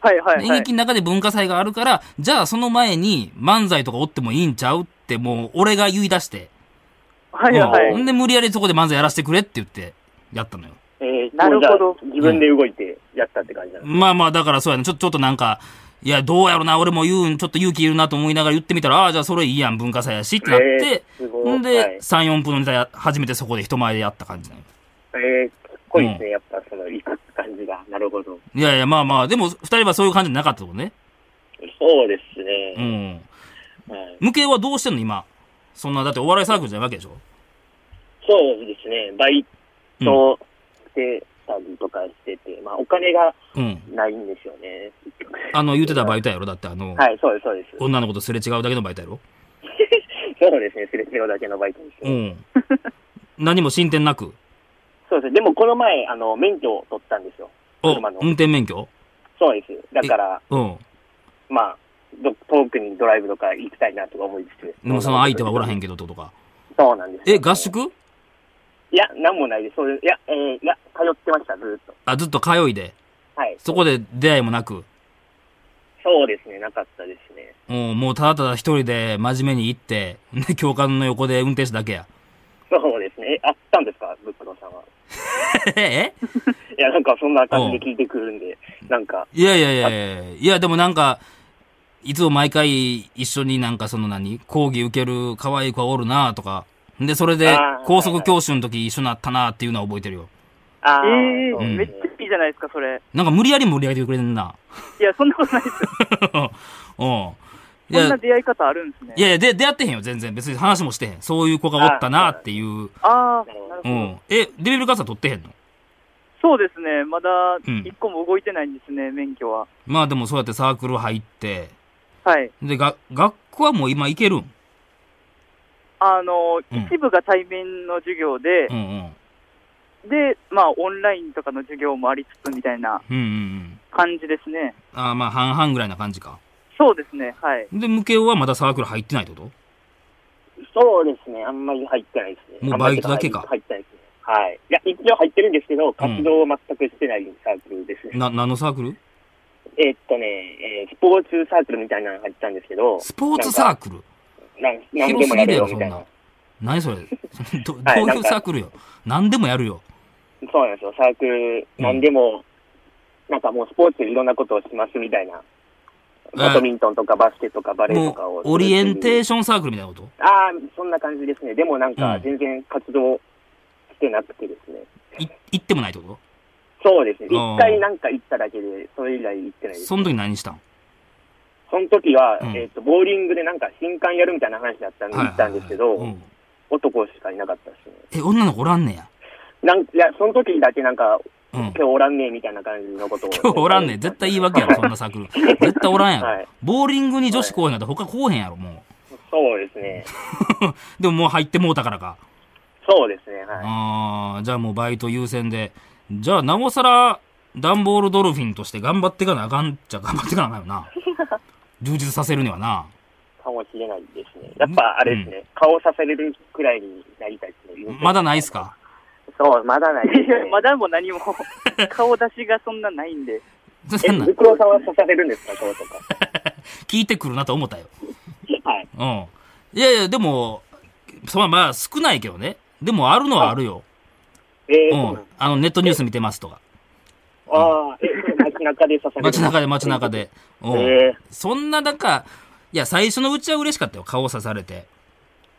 はいはい演はい。劇の中で文化祭があるから、じゃあその前に漫才とかおってもいいんちゃうってもう俺が言い出して。はいはういん。で、無理やりそこで漫才やらせてくれって言って、やったのよ。えー なるほどじゃあ自分で動いてやったって感じなんですねまあまあ、だからそうやね。ちょちょっとなんか、いや、どうやろな、俺も言うん、ちょっと勇気いるなと思いながら言ってみたら、ああ、じゃあそれいいやん、文化祭やしってなって、えーすごいんで、はい3、4分のネタや初めてそこで人前でやった感じなの。えー、かっこいいですね、やっぱその、いく感じが。なるほど。いやいや、まあまあ、でも、二人はそういう感じじゃなかったとこね。そうですうね。ん。はい無形はどうしてんの、今。そんな、だってお笑いサークルじゃないわけでしょそうですね、バイトしてたりとかしてて、まあ、お金がうん。ないんですよね。あの、言ってたバイトやろだって、あの、はい、そうです、そうです。女の子とすれ違うだけのバイトやろそうですね、すれ違うだけのバイトです、うね ん。何も進展なく。そうですね、でもこの前、あの、免許を取ったんですよ。お、車の運転免許そうです。だから、うん。まあ、ど遠くにドライブとか行きたいなとか思いつつ。でもその相手はおらへんけけどってことか。ど。そうなんですよ。え、合宿いや、なんもないです。そういう、いや、えーいや、通ってました、ずーっと。あ、ずっと通いで。はい。そこで出会いもなく。そうですね、なかったですね。うん、もうただただ一人で真面目に行って、 ね、教官の横で運転手だけや。そうですね。え、あったんですか、ブックロさんは。えいや、なんかそんな感じで聞いてくるんで、なんか、いやいやいやいやいやいや、でもなんか、いつも毎回一緒になんかその何、講義受ける可愛い子がおるなとか。で、それであー高速教習の時一緒になったなっていうのは覚えてるよ。あえあ、えそううんめでっすねちゃいいじゃないですか、それ。なんか無理やり盛り上げてくれてんな。 いや、そんなことないです。うん。いこんやな、出会い方あるんですね。いやいや、で、出会ってへんよ、全然。別に話もしてへん。そういう子がおったなっていう。ああ、なるほうど。ん。え、デビルガスは取ってへんのそうですね、まだん一個も動いてないんですね、免許は。まあでもそうやってサークル入って。はい。で、が、学校はもう今行けるんあの、うん一部が対面の授業でう、んうん。で、まあ、オンラインとかの授業もありつつみたいなうんうんうん。感じですね。ああ、まあ半々ぐらいな感じか。そうですね、はい。で、ムケオはまだサークル入ってないってことそうですね。あんまり入ってないですね。もうバイトだけかあんまり入ってないですね。はい。いや、一応入ってるんですけど、活動を全くしてないサークルですね。な、何のサークルえーっとね、えースポーツサークルみたいなの入ったんですけど、スポーツサークルなんなんで広もすやぎるるやよろ、そみんたいなな。ん。何それ どどはいうないんうかサークルよ。何でもやるよ。そうなんですよ。サークル、うんなんでも、なんかもうスポーツでいろんなことをしますみたいな。バドミントンとかバスケとかバレーもとかを。う、オリエンテーシションサークルみたいなことョン。ああ、そんな感じですね。でもなんうかん全然活動してなくてですね。い行ってもないってこそうですね。あー一回なんか行っただけで、それ以来行ってないとです。その時何したんその時は、うんえっ、と、ボーリングでなんか新刊やるみたいな話だったんで、はい行ったんですけど、うん男しかいなかったですね。え、女の子おらんねや。なんいや、その時だけなんか、うん今日おらんねえみたいな感じのことを。 今日おらんねん。絶対言い訳やろ、そんなサークル。絶対おらんやろ。はいボーリングに女子来おへんやったら他来おへんやろ、もそうですね。う。でももう入ってもうたからか。そうですね、はああ、じゃあもうバイト優先で。じゃあ、なおさら、ダンボールドルフィンとして頑張ってかなあかんっちゃ頑張ってかなあかんよ な。充実させるにはな。い。かもしれないですね。やっぱあれですね、顔させれるくらいになりたいですね。まだないっすかそう、まだないです、いや ね。まだも何も顔出しがそんなないんで。そえ、んなんブクロさんはさされるんですか、顔とか。 聞いてくるなと思ったよ。はい。うん。いやいや、でも、そまあまあ少ないけどね。でもあるのはあるよ。えー、うそうなんん。あの、ネットニュース見てますとか。ああ、え、それ街中でさされる街中で街中。で。うん。えー、そんな、なんか、いや、最初のうちは嬉しかったよ。顔を刺されて。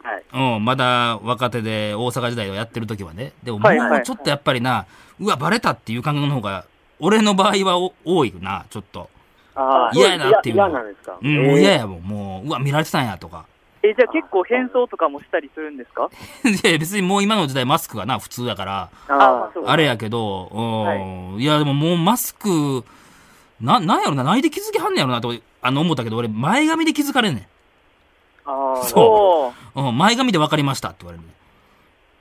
はい。うん、まだ若手で大阪時代をやってる時はね。でももはいはいうちょっとやっぱりな、うわ、バレたっていう感覚の方が、俺の場合はお多いな、ちょっと。ああ、嫌やなっていうの嫌なんですか。うん、もう嫌やもん。もう、うわ、見られてたんやとか。 え、じゃあ結構変装とかもしたりするんですかいや、別にもう今の時代マスクがな、普通だから、ああ、そうあれやけど、うん、いや、でももうマスク、な、なんやろな、何で気づきはんねやろなと、あの、思ったけど、俺、前髪で気づかれんねああ、そうおーん。うん、前髪で分かりましたって言われる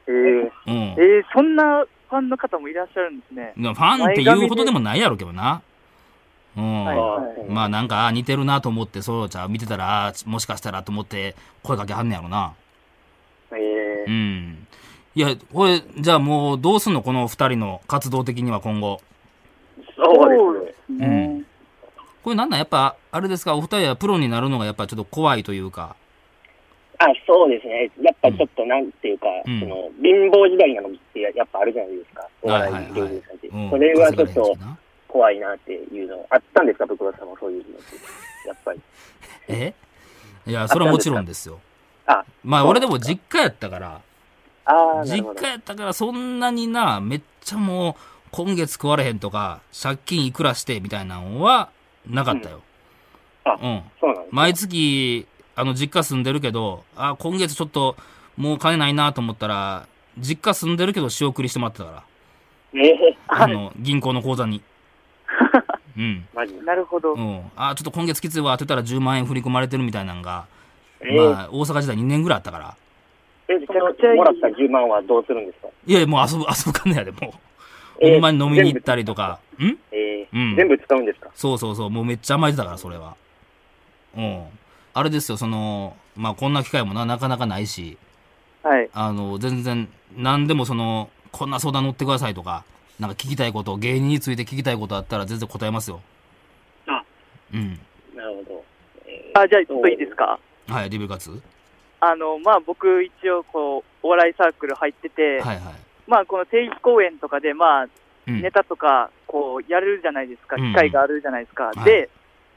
えー、ね。えー、そんなファンの方もいらっしゃるんですね。うん。ファンって言うほどでもないやろうけどな。うん。はいまあなんか、あー似てるなと思って、そうちゃん見てたら、あーもしかしたらと思って声かけはんねやろな。あ、えうー、ん。いや、これ、じゃあもうどうすんのこの二人の活動的には今後。そうですね。すうん。これなんなんやっぱ、あれですか、お二人はプロになるのがやっぱちょっと怖いというか。あ、そうですね。やっぱちょっとなんていうか、うんその、貧乏時代なのってややっぱあるじゃないですか。おはい笑はいいは芸い人さんって。うんそれはちょっ稼がれへとんしな怖いなっていうの。あったんですか、ブクロさんもそういうのって。やっぱり。えいや、それはもちろんですよ。あ、まあ俺でも実家やったから、ああ、なる実ほど。家やったからそんなにな、めっちゃもう今月食われへんとか、借金いくらしてみたいなのはなかったよ。うんあうん。そうなんです。毎月あの、実家住んでるけど、あ、今月ちょっと、もう金ないなと思ったら、実家住んでるけど仕送りしてもらってたから。ええあの、銀行の口 座に。うん。マジ。なるほど。うん。あ、ちょっと今月きついわって言ったら10万円振り込まれてるみたいなのが、えまあ、大阪時代2年ぐらいあったから。え、そのもらった10万はどうするんですかいやいや、もう遊ぶ、遊ぶ金やで、もう。えーほんまに飲みに行ったりとか。んええうん全部使うんですかそうそうそう、もうめっちゃ甘えてたから、それは。うん。あれですよ、その、まあ、こんな機会もな、なかなかないし、はい。あの、全然、何でもその、こんな相談乗ってくださいとか、なんか聞きたいこと、芸人について聞きたいことあったら全然答えますよ。あうん。なるほど。えあ、じゃあ、ちょっといいですかはい、リベカツあの、まあ、僕、一応、こう、お笑いサークル入ってて、はいはい。まあ、この定期公演とかで、まあ、うんネ。タとか、こう、やるじゃないですか、うん機会があるじゃないですか。はいで、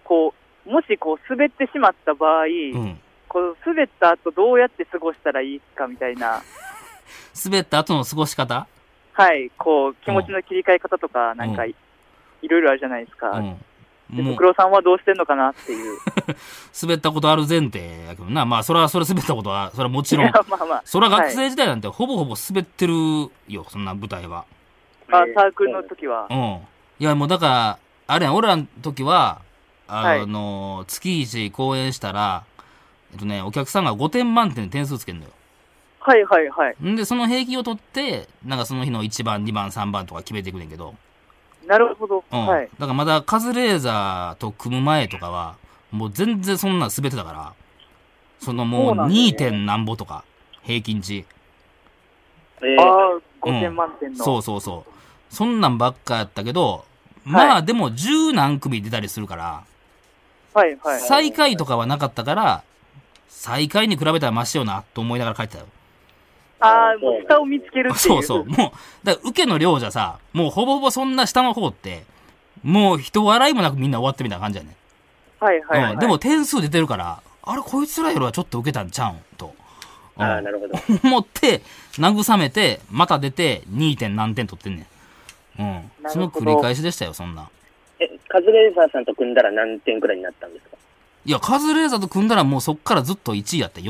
こう、もし、こう、滑ってしまった場合、うん。こう、滑った後、どうやって過ごしたらいいか、みたいな、滑った後の過ごし方はい、こう、気持ちの切り替え方とか、なんか、うんいろいろあるじゃないですか。うん。で、もうブク、ロさんはどうしてんのかなっていう。滑ったことある前提やけどな。まあ、それは、それ滑ったことは、それはもちろん ま。あまあ、それは学生時代なんて、ほぼほぼ滑ってるよ、そんな舞台は。まあ、サークルの時はう。ん。いや、もうだから、あれやん、俺らの時は、あの、月一公演したら、えっとね、お客さんが5点満点で点数つけるのよ。はいはいはい。んで、その平均を取って、なんかその日の1番、2番、3番とか決めていくねんけど、なるほど。うん。はいだ。からまだカズレーザーと組む前とかは、もう全然そんなん滑ってたから、そのもそううなんですね 2. 点なんぼとか、平均値。ええああ、うん5000万点の。そうそうそう。そんなんばっかやったけど、まあでも十何組出たりするから、はいはい。最下位とかはなかったから、最下位に比べたらマシよなと思いながら書いてたよ。ああ、もう下を見つけるっていう。そうそう。もう、だから受けの量じゃさ、もうほぼほぼそんな下の方って、もう人笑いもなくみんな終わってみたいな感じやね。はいはい、はいうんでも、点数出てるから、あれこいつらよりはちょっと受けたんちゃうんと。うんああ、なるほど。思って、慰めて、また出て、2. 点何点取ってんねん。うん。なそるのほど繰り返しでしたよ、そんな。え、カズレーザーさんと組んだら何点くらいになったんですかいや、カズレーザーと組んだらもうそっからずっと1位やって、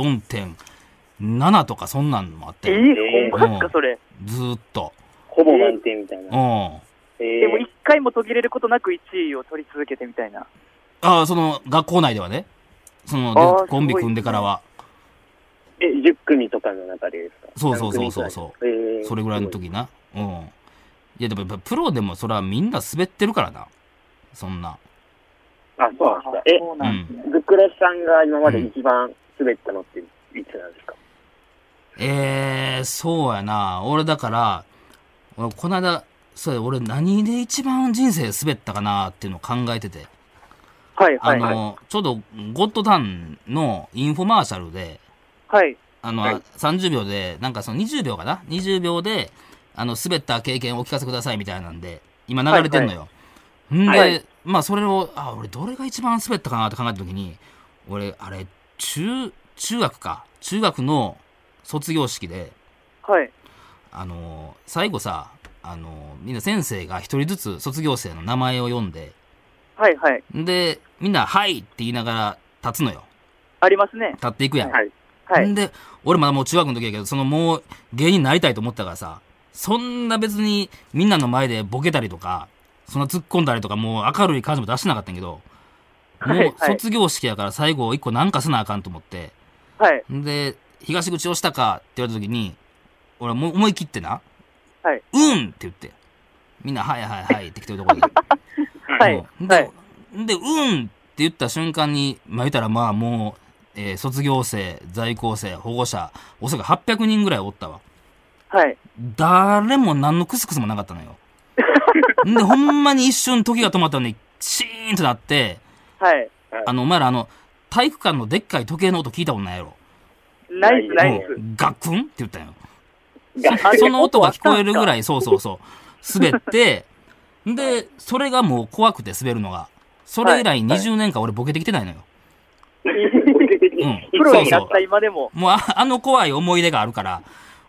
4.7とかそんなんもあっええて、ほんまですか、それ。ずーっと。ほぼ満点みたいうな。ん。えでも、え一回も途切れることなく1位を取り続けてみたいな。ああ、その、学校内ではね。その、あでーコンビ組んでからは、え、10組とかの中でですか。そうそうそうそうそうええそれぐらいの。時な。うん。いや、でもやっぱプロでもそれはみんな滑ってるからな。そんな。あ、そうなんですか。そううなんですん。え、グクロさんが今まで一番滑ったのっていつなんですかええそうやな。俺だから、俺この間、そうや、俺何で一番人生滑ったかなっていうのを考えてて。はいあはいはい。の、ちょうど、ゴッドタンのインフォマーシャルで、はい。あの、はい30秒で、なんかその20秒かな ?20 秒で、あの、滑った経験をお聞かせくださいみたいなんで、今流れてんのよ。んで、はいまあそれを、あ、俺どれが一番滑ったかなって考えた時に、俺、あれ、中、中学か。中学の卒業式で、はい。あの、最後さ、あの、みんな先生が一人ずつ卒業生の名前を読んで、はいはい。で、みんな、はいって言いながら立つのよ。ありますね。立っていくやん。はい。はい。んで、俺まだもう中学の時やけど、そのもう芸人になりたいと思ったからさ、そんな別にみんなの前でボケたりとか、そんな突っ込んだりとか、もう明るい感じも出してなかったんやけど、はいはもいう卒業式やから最後一個なんかせなあかんと思って、はい。んで、東口をしたかって言われた時に、俺もう思い切ってな、はいうんって言って、みんなはいはいはいって来てるところで、はい。うんはでい。、で、うんって言った瞬間に、まあ言ったらまあもう、えー卒業生、在校生、保護者、おそらく800人ぐらいおったわ。はい。誰も何のクスクスもなかった のよ。んで、ほんまに一瞬時が止まったのに、シーンとなって、はい。あの、お前らあの、体育館のでっかい時計の音聞いたことないやろ。ナイスナイうス。んガクンって言ったんよ。あその音が聞こえるぐらい。い、そうそうそう。滑 って、で、それがもう怖くて滑るのが。それ以来20年間俺ボケてきてないのよ。うんプロになった今でも。もうあ、あの怖い思い出があるから、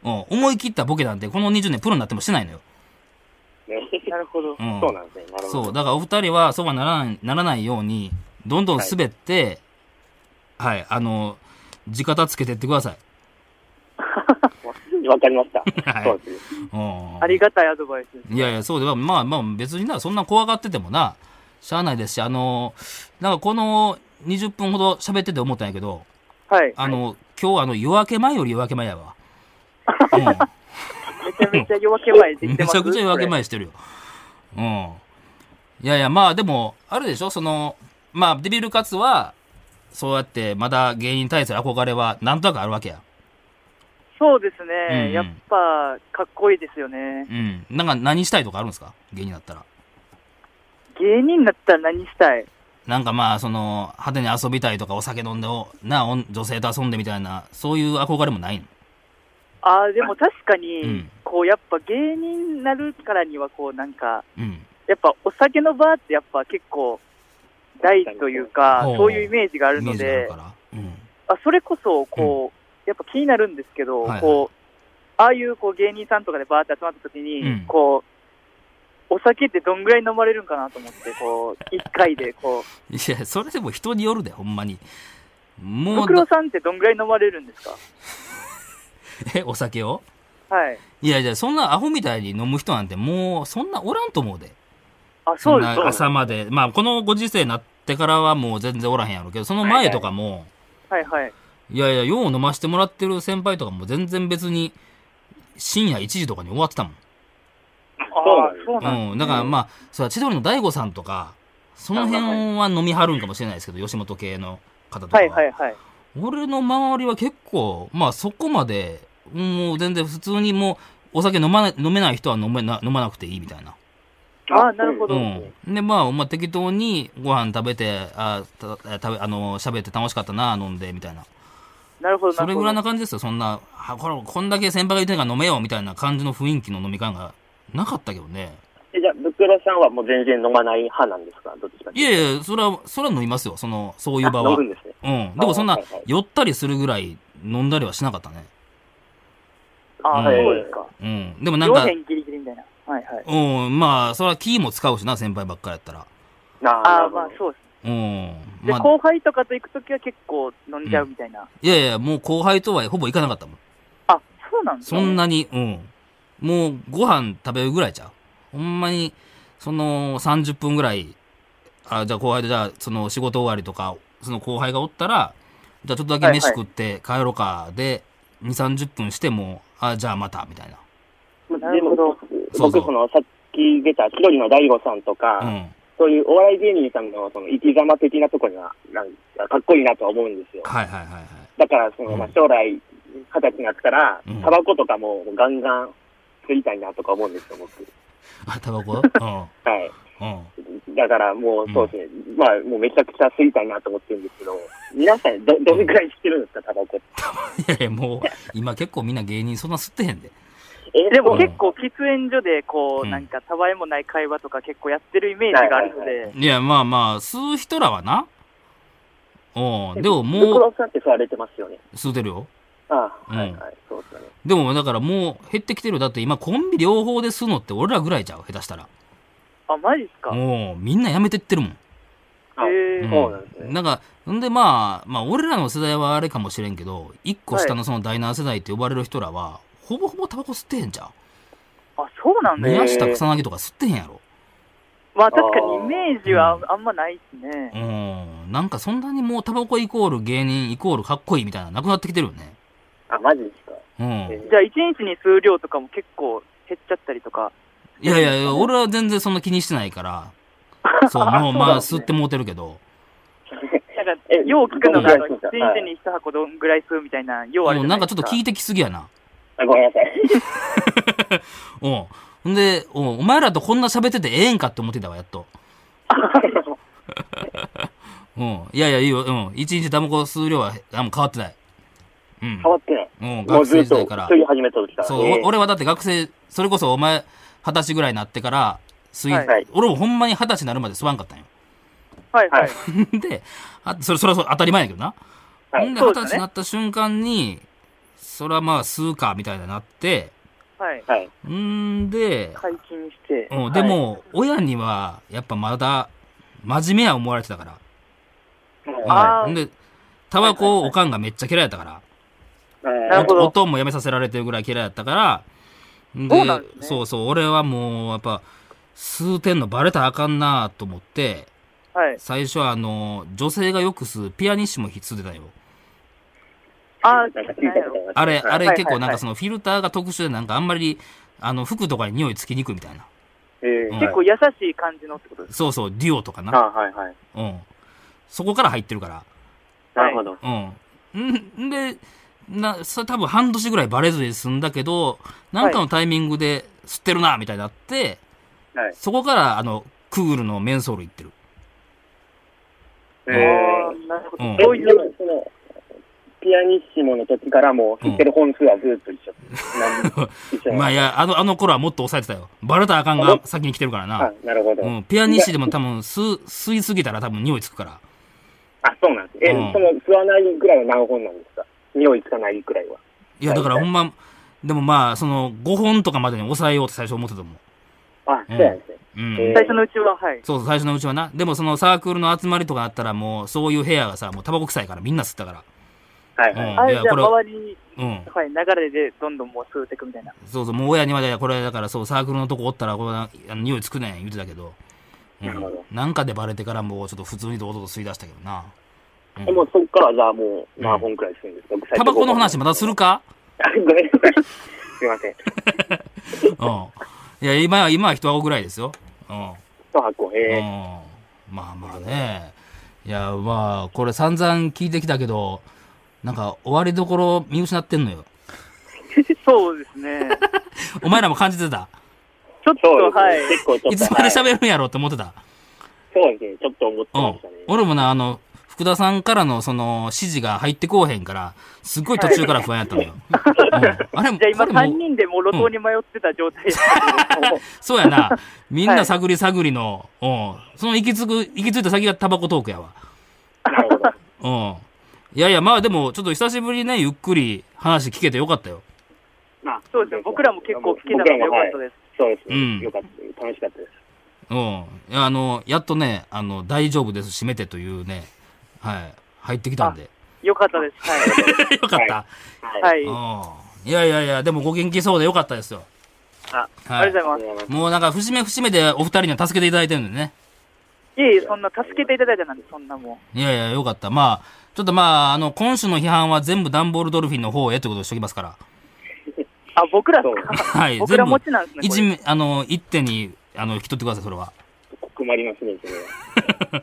うん、思い切ったボケなんて、この20年プロになってもしてないのよ。なるほど。うん。そうなんですね。なるほそうど。だからお二人はそうはならないならないように、どんどん滑って、はい、あの、地方つけてってください。わかりました。はいそうですね。うんありがたいアドバイスです。いやいや、そうでは、まあまあ、別にな、そんな怖がっててもな、しゃあないですし、あの、なんかこの20分ほど喋ってて思ったんやけど、はい。あの、今日あの、夜明け前より夜明け前やわ。うめちゃめちゃ夜明け前でん、きめてちます。ゃくちゃ夜明け前してるよ。うん。いやいや、まあでも、あるでしょその、まあ、デビルカツは、そうやって、まだ芸人体制憧れは、なんとなくあるわけや。そうですうんね。やっぱ、かっこいいですよね。うん。なんか何したいとかあるんですか芸人だったら。芸人だったら何したいなんかまあ、その、派手に遊びたいとか、お酒飲んでお、なおん、女性と遊んでみたいな、そういう憧れもないのああ、でも確かうにん、こう、やっぱ芸人になるからには、こう、なんか、うん。やっぱお酒のバーってやっぱ結構、大事というか、ほうそういうイメージがあるイメのージがあるでか、ら。うん。あそれこそ、こう、やっぱ気になるんですけど、はいはいこう、ああいうこう芸人さんとかでバーって集まった時に、うんこう、お酒ってどんぐらい飲まれるんかなと思って、こう、一回で、こう、いや、それでも人によるで、ほんまに。もうブク、ロさんってどんぐらい飲まれるんですかえ、お酒をはい。いやいや、そんなアホみたいに飲む人なんてもう、そんなおらんと思うで。あ、そそんうです、なそうです。朝まで。まあ、このご時世になってからはもう全然おらへんやろうけど、その前とかも、はいはい。いやいや、よう飲ましてもらってる先輩とかも全然別に、深夜1時とかに終わってたもん。ああ、そうなんです、うん、だからまあ、それは千鳥の大悟さんとか、その辺は飲みはるんかもしれないですけど、吉本系の方とかは。はいはいはい。俺の周りは結構、まあそこまで、もう全然普通にもう、お酒飲まな飲めない人は飲めな飲まなくていいみたいな。ああ、なるほど。うはいん。で、まあ、ほんま適当にご飯食べて、あた食べ、あの、喋って楽しかったな、飲んで、みたいな。なるほど、なそるれほぐらいどな。感じですよ、そんな、あこれ、こんだけ先輩が言ってんから飲めよ、みたいな感じの雰囲気の飲み会がなかったけどね。えじゃあ、ブクロさんはもう全然飲まない派なんですかどっちかっていやいや、それは、それは飲みますよ、その、そういう場あ飲はむ。んですね。うん。でもそんなはいはいはい、寄ったりするぐらい飲んだりはしなかったね。ああ、うんそうですか。うん。でもなん両か、辺ギリギリみたいな。はいはい。うん、まあ、それはキーも使うしな、先輩ばっかりやったら。なるああ、ほどまあそうです。うん。で、まあ、後輩とかと行くときは結構飲んじゃうみたいな。いやいや、もう後輩とはほぼ行かなかったもん。あ、そうなんですかそんなに、うん。もうご飯食べるぐらいちゃう。ほんまに、その30分ぐらい、あ、じゃあ後輩とじゃあ、その仕事終わりとか、その後輩がおったら、じゃあちょっとだけ飯食って帰ろうかで、2、30分しても、あ、じゃあまた、みたいな。なるほど。そうそう僕、その、さっき出た千鳥の大悟さんとか、うん。そういうお笑い芸人さんのその生き様的なところには、なんか、かっこいいなとは思うんですよ。はいはいはいはい。だから、その、うんまあ、将来、二十歳になったらうん、タバコとかもガンガン吸いたいなとか思うんですよ、僕。あ、タバ コうはい。ん。うん。だから、もう、そうですね。まあ、もうめちゃくちゃ吸いたいなと思ってるんですけど、皆さん、ど、どれくらい吸ってるんですか、タバコって。いやいや、もう、今結構みんな芸人そんな吸ってへんで。えでもうん結構喫煙所でこう、うんなんかたわいもない会話とか結構やってるイメージがあるのはいはで、いや、まあまあ、吸う人らはな。うん。でもブクもロさんって吸われてますよね。う、吸うてるよ。ああ、うんはいはい、そうですよね。でも、だからもう減ってきてるよ。だって今コンビ両方で吸うのって俺らぐらいちゃう。下手したら。あ、マジっすかへもう、みんなやめてってるもん。あえうんそうなんですねなんか、んでまあ、まあ俺らの世代はあれかもしれんけど、一個下のその第7世代って呼ばれる人らは、ほぼほぼタバコ吸ってへんじゃん。あ、そうなんだ、ね宮下草薙とか吸ってへんやろ。まあ確かにイメージはあんまないですね。うん。なんかそんなにもうタバコイコール芸人イコールかっこいいみたいな、なくなってきてるよね。あ、マジですか。うん。じゃあ一日に数量とかも結構減っちゃったりとか。いやいやいや、俺は全然そんな気にしてないから。そう、もうまあ、吸ってもうてるけ ど。なんかえ、よう聞くのが、あのどん一ぐらい吸うんですか日に一箱どんぐらい吸うみたいな、ようあるもじうゃなないでんかすちょっと聞いてきすぎやな。あごめんなさい。 うん。んで、うんお前らとこんな喋っててええんかって思ってたわ、やっと。うん。いやいや、いいよ。うん。一日タバコ吸う量はあもう変わってない。うん変。わってない。うん、もう学ず生っ時と代から吸。い始めた時から。そう、えーお俺はだって学生、それこそお前、二十歳ぐらいになってから、吸い、はい俺もほんまに二十歳になるまで吸わんかったんよ。 はいはい。で、あそれ、それはそう当たり前やけどな。はいほんで、そ二うです十ね歳になった瞬間に、それはまあ、吸うか、みたいになって、はい。はい。んで、解禁して。うん、でも、親には、やっぱまだ、真面目や思われてたから。うんうんあーほんで、タバコをおかんがめっちゃ嫌いやったから。なるほどお音もやめさせられてるぐらい嫌いやったから、でそうなんですねそうそう俺はもう、やっぱ、吸うてんのバレたらあかんなと思って、はい。最初はあの、女性がよく吸うピアニッシモ吸ってたよ。あ、なんか聞いたことりますあれ、あれはい結構なはいはんかいそのフィルターが特殊でなんかあんまり、あの、服とかに匂いつきにくいみたいな。えうんー結構優しい感じのってことですそうそう、デュオとかな。あはいはい。うん。そこから入ってるから。なるほど。うん。んで、な、それ多分半年ぐらいバレずに済んだけど、なんかのタイミングで吸ってるな、みたいになって、はいそこから、あの、クールのメンソール行ってる。えか。ーあーなるほうど。んどうえいでう、もそのピアニッシモの時からもう知ってる本数はずっと一緒。なん一緒まあいや、あの、あの頃はもっと抑えてたよ。バレたらあかんが先に来てるからなあ。なるほど。うん。ピアニッシでも多分、吸、吸いすぎたら多分匂いつくから。あ、そうなんです。え、うんその吸わないぐらいは何本なんですか匂いつかないぐらいは。いや、だからはほいんま、でもまあ、その、5本とかまでに抑えようって最初思ってたもん。あ、そうなんですね。うん。えー最初のうちは、はい。そうそう、最初のうちはな。でもそのサークルの集まりとかあったらもう、そういう部屋がさ、もうタバコ臭いからみんな吸ったから。はいうんはい。あいれやじゃあこれは周りに、うん。はい、流れでどんどんもう吸うていくみたいな。 そうそう、もう親にまで、これだからそう、サークルのとこおったら、これあの匂いつくねん言ってたけど。うんなるほどなんかでバレてからもうちょっと普通に堂々と吸い出したけどな。うんでもうそっからじゃあもう何本くらいするんですかタバコの話またするかかごめんなさい。すいません。うん。いや、今は、今は一箱ぐらいですよ。うん。一箱。うんえ。まあまあね。いや、まあ、これ散々聞いてきたけど、なんか終わりどころ見失ってんのよ。そうですね。お前らも感じて た。ちょっー、そうと、はいですね。。結構ちょっと。いつまではい喋るんやろうって思ってた。そうですね。ちょっと思ってうまんしたね。。俺もな、あの、福田さんからのその指示が入ってこうへんから、すっごい途中から不安やったのよ。うん、あれ も、じゃあ今これ3も、人でもう路頭に迷ってた状態ですけど、そうやな。みんはない探り探りの、うん。その行き着く、行き着いた先がタバコトークやわ。なるほど。うん。いやいや、まあでも、ちょっと久しぶりにね、ゆっくり話聞けてよかったよ。まあ そうですね、僕らも結構聞けたのでよかったです。す。そうですうんね。よかった。楽しかったです。うん。いやあの、やっとね、あの、大丈夫です、閉めてというね、はい、入ってきたんで。よかったです。は。よかった。はいい。はい。うん。いやいやいや、でもご元気そうでよかったですよ。あはありがとうごありがとうございまざいますもうなんか、節目節目でお二人には助けていただいてるんでね。す。いえいえ、そんな助けていただいたなんて、そんなもいやいや、よかった。まあ、ちょっとまあ、あの、今週の批判は全部ダンボールドルフィンの方へということにしておきますから。ん。あ、僕らっすそうか。はい。僕ら持ちなんですね一これ。面、あの、一手に、あの、引き取ってください、それは。困りますね、それは。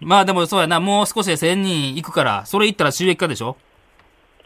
まあでもそうやな、もう少しで1000人行くから、それ行ったら収益化でしょ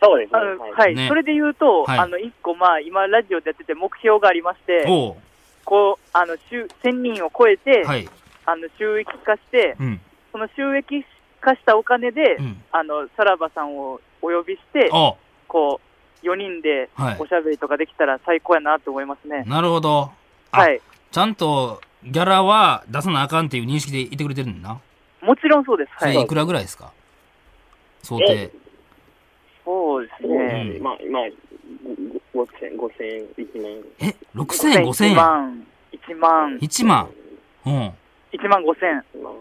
そうですあね。のはいはい、ねそれで言うと、はいあの1個、まあ、今、ラジオでやってて、目標がありまして、おうこうあの収1000人を超えて、はい。あの収益化して、うん。その収益化したお金で、うんあのさらばさんをお呼びして、おうこう4人ではいおしゃべりとかできたら最高やなと思いますね。なるほど。あはい、ちゃんと、ギャラは出さなあかんっていう認識でいてくれてるんだな。もちろんそうです。そはれいい、くらぐらいですか想定。そうですそうね。ですねまあ、今、ごご5000、5000、1万。え、6000円、5000 1円万、1万、 ?1 万。うん。 1万5千。まあ、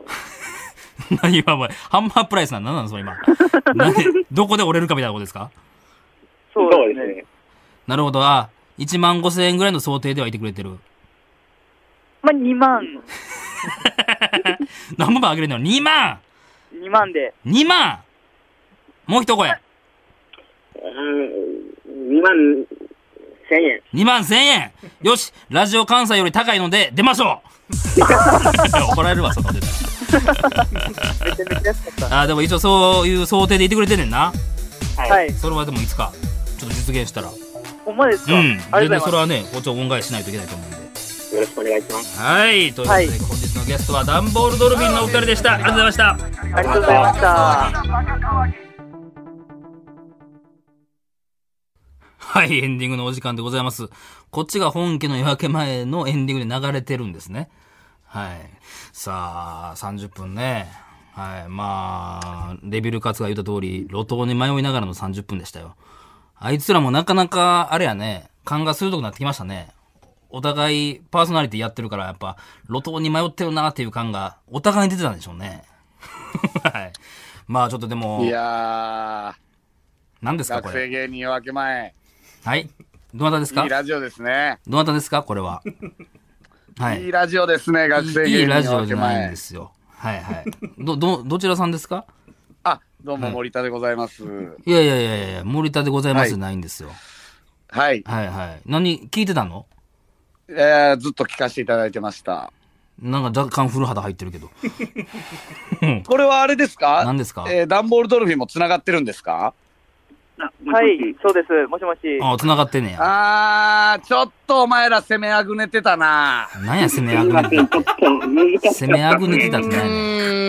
何今お前、ハンマープライスなん何なのそ れ今。何どこで折れるかみたいなことですかそうです。ね。なるほど。あ、1万5千円ぐらいの想定ではいてくれてる。まあ2万、何本もあげれるの ?2 万2万で。 !2 万もう一声。 2万1000円。 2万1000円よしラジオ関西より高いので出ましょう 怒られるわ、そんなこと言っためちゃめちゃ安かっらあ、でも一応そういう想定でいてくれてんねんな。た。はい。それはでもいつか、ちょっと実現したら。うほんまですか、ん。ありが全然とそうごれざいはね、こっちを恩返ししないといけないと思うんで。よろしくお願いします。はい。ということで、はい本日のゲストはダンボールドルフィンのお二人でした。ありがとうございました。ます。ありがとうございました。はい、エンディングのお時間でございます。こっちが本家の夜明け前のエンディングで流れてるんですね。はい。さあ、30分ね。はい。まあ、レビルカツが言った通り、路頭に迷いながらの30分でしたよ。あいつらもなかなか、あれやね、勘が鋭くなってきましたね。お互いパーソナリティやってるから、やっ ぱ、路頭に迷ってるなっていう感が、お互いに出てたんでしょうね。はい。まあちょっとでもい、や何ですー、かこ学生れ。芸人夜明け前、はい。どなたですいかいラジオですね。どなたですかこ れは。はい。いいラジオですね、学生い芸いラ人ジ夜オ明じけゃないん前で。すよ。はいはい。ど、ど、どちらさんですかあ、どうも森田でござい ます。いやいやいやいや、森田でございます、はいないんですよ。はい。はいはい。何、聞いてたのえー、ずっと聞かせていただいてました。なんか若干古肌入ってるけど。これはあれですか何ですかえー、ダンボールドルフィンも繋がってるんですかはい、そうです。もしもし。あ、繋がってんねや。あー、ちょっとお前ら攻めあぐねてたな。なんや、攻めあぐねてたって。攻めあぐねてたってなんやうね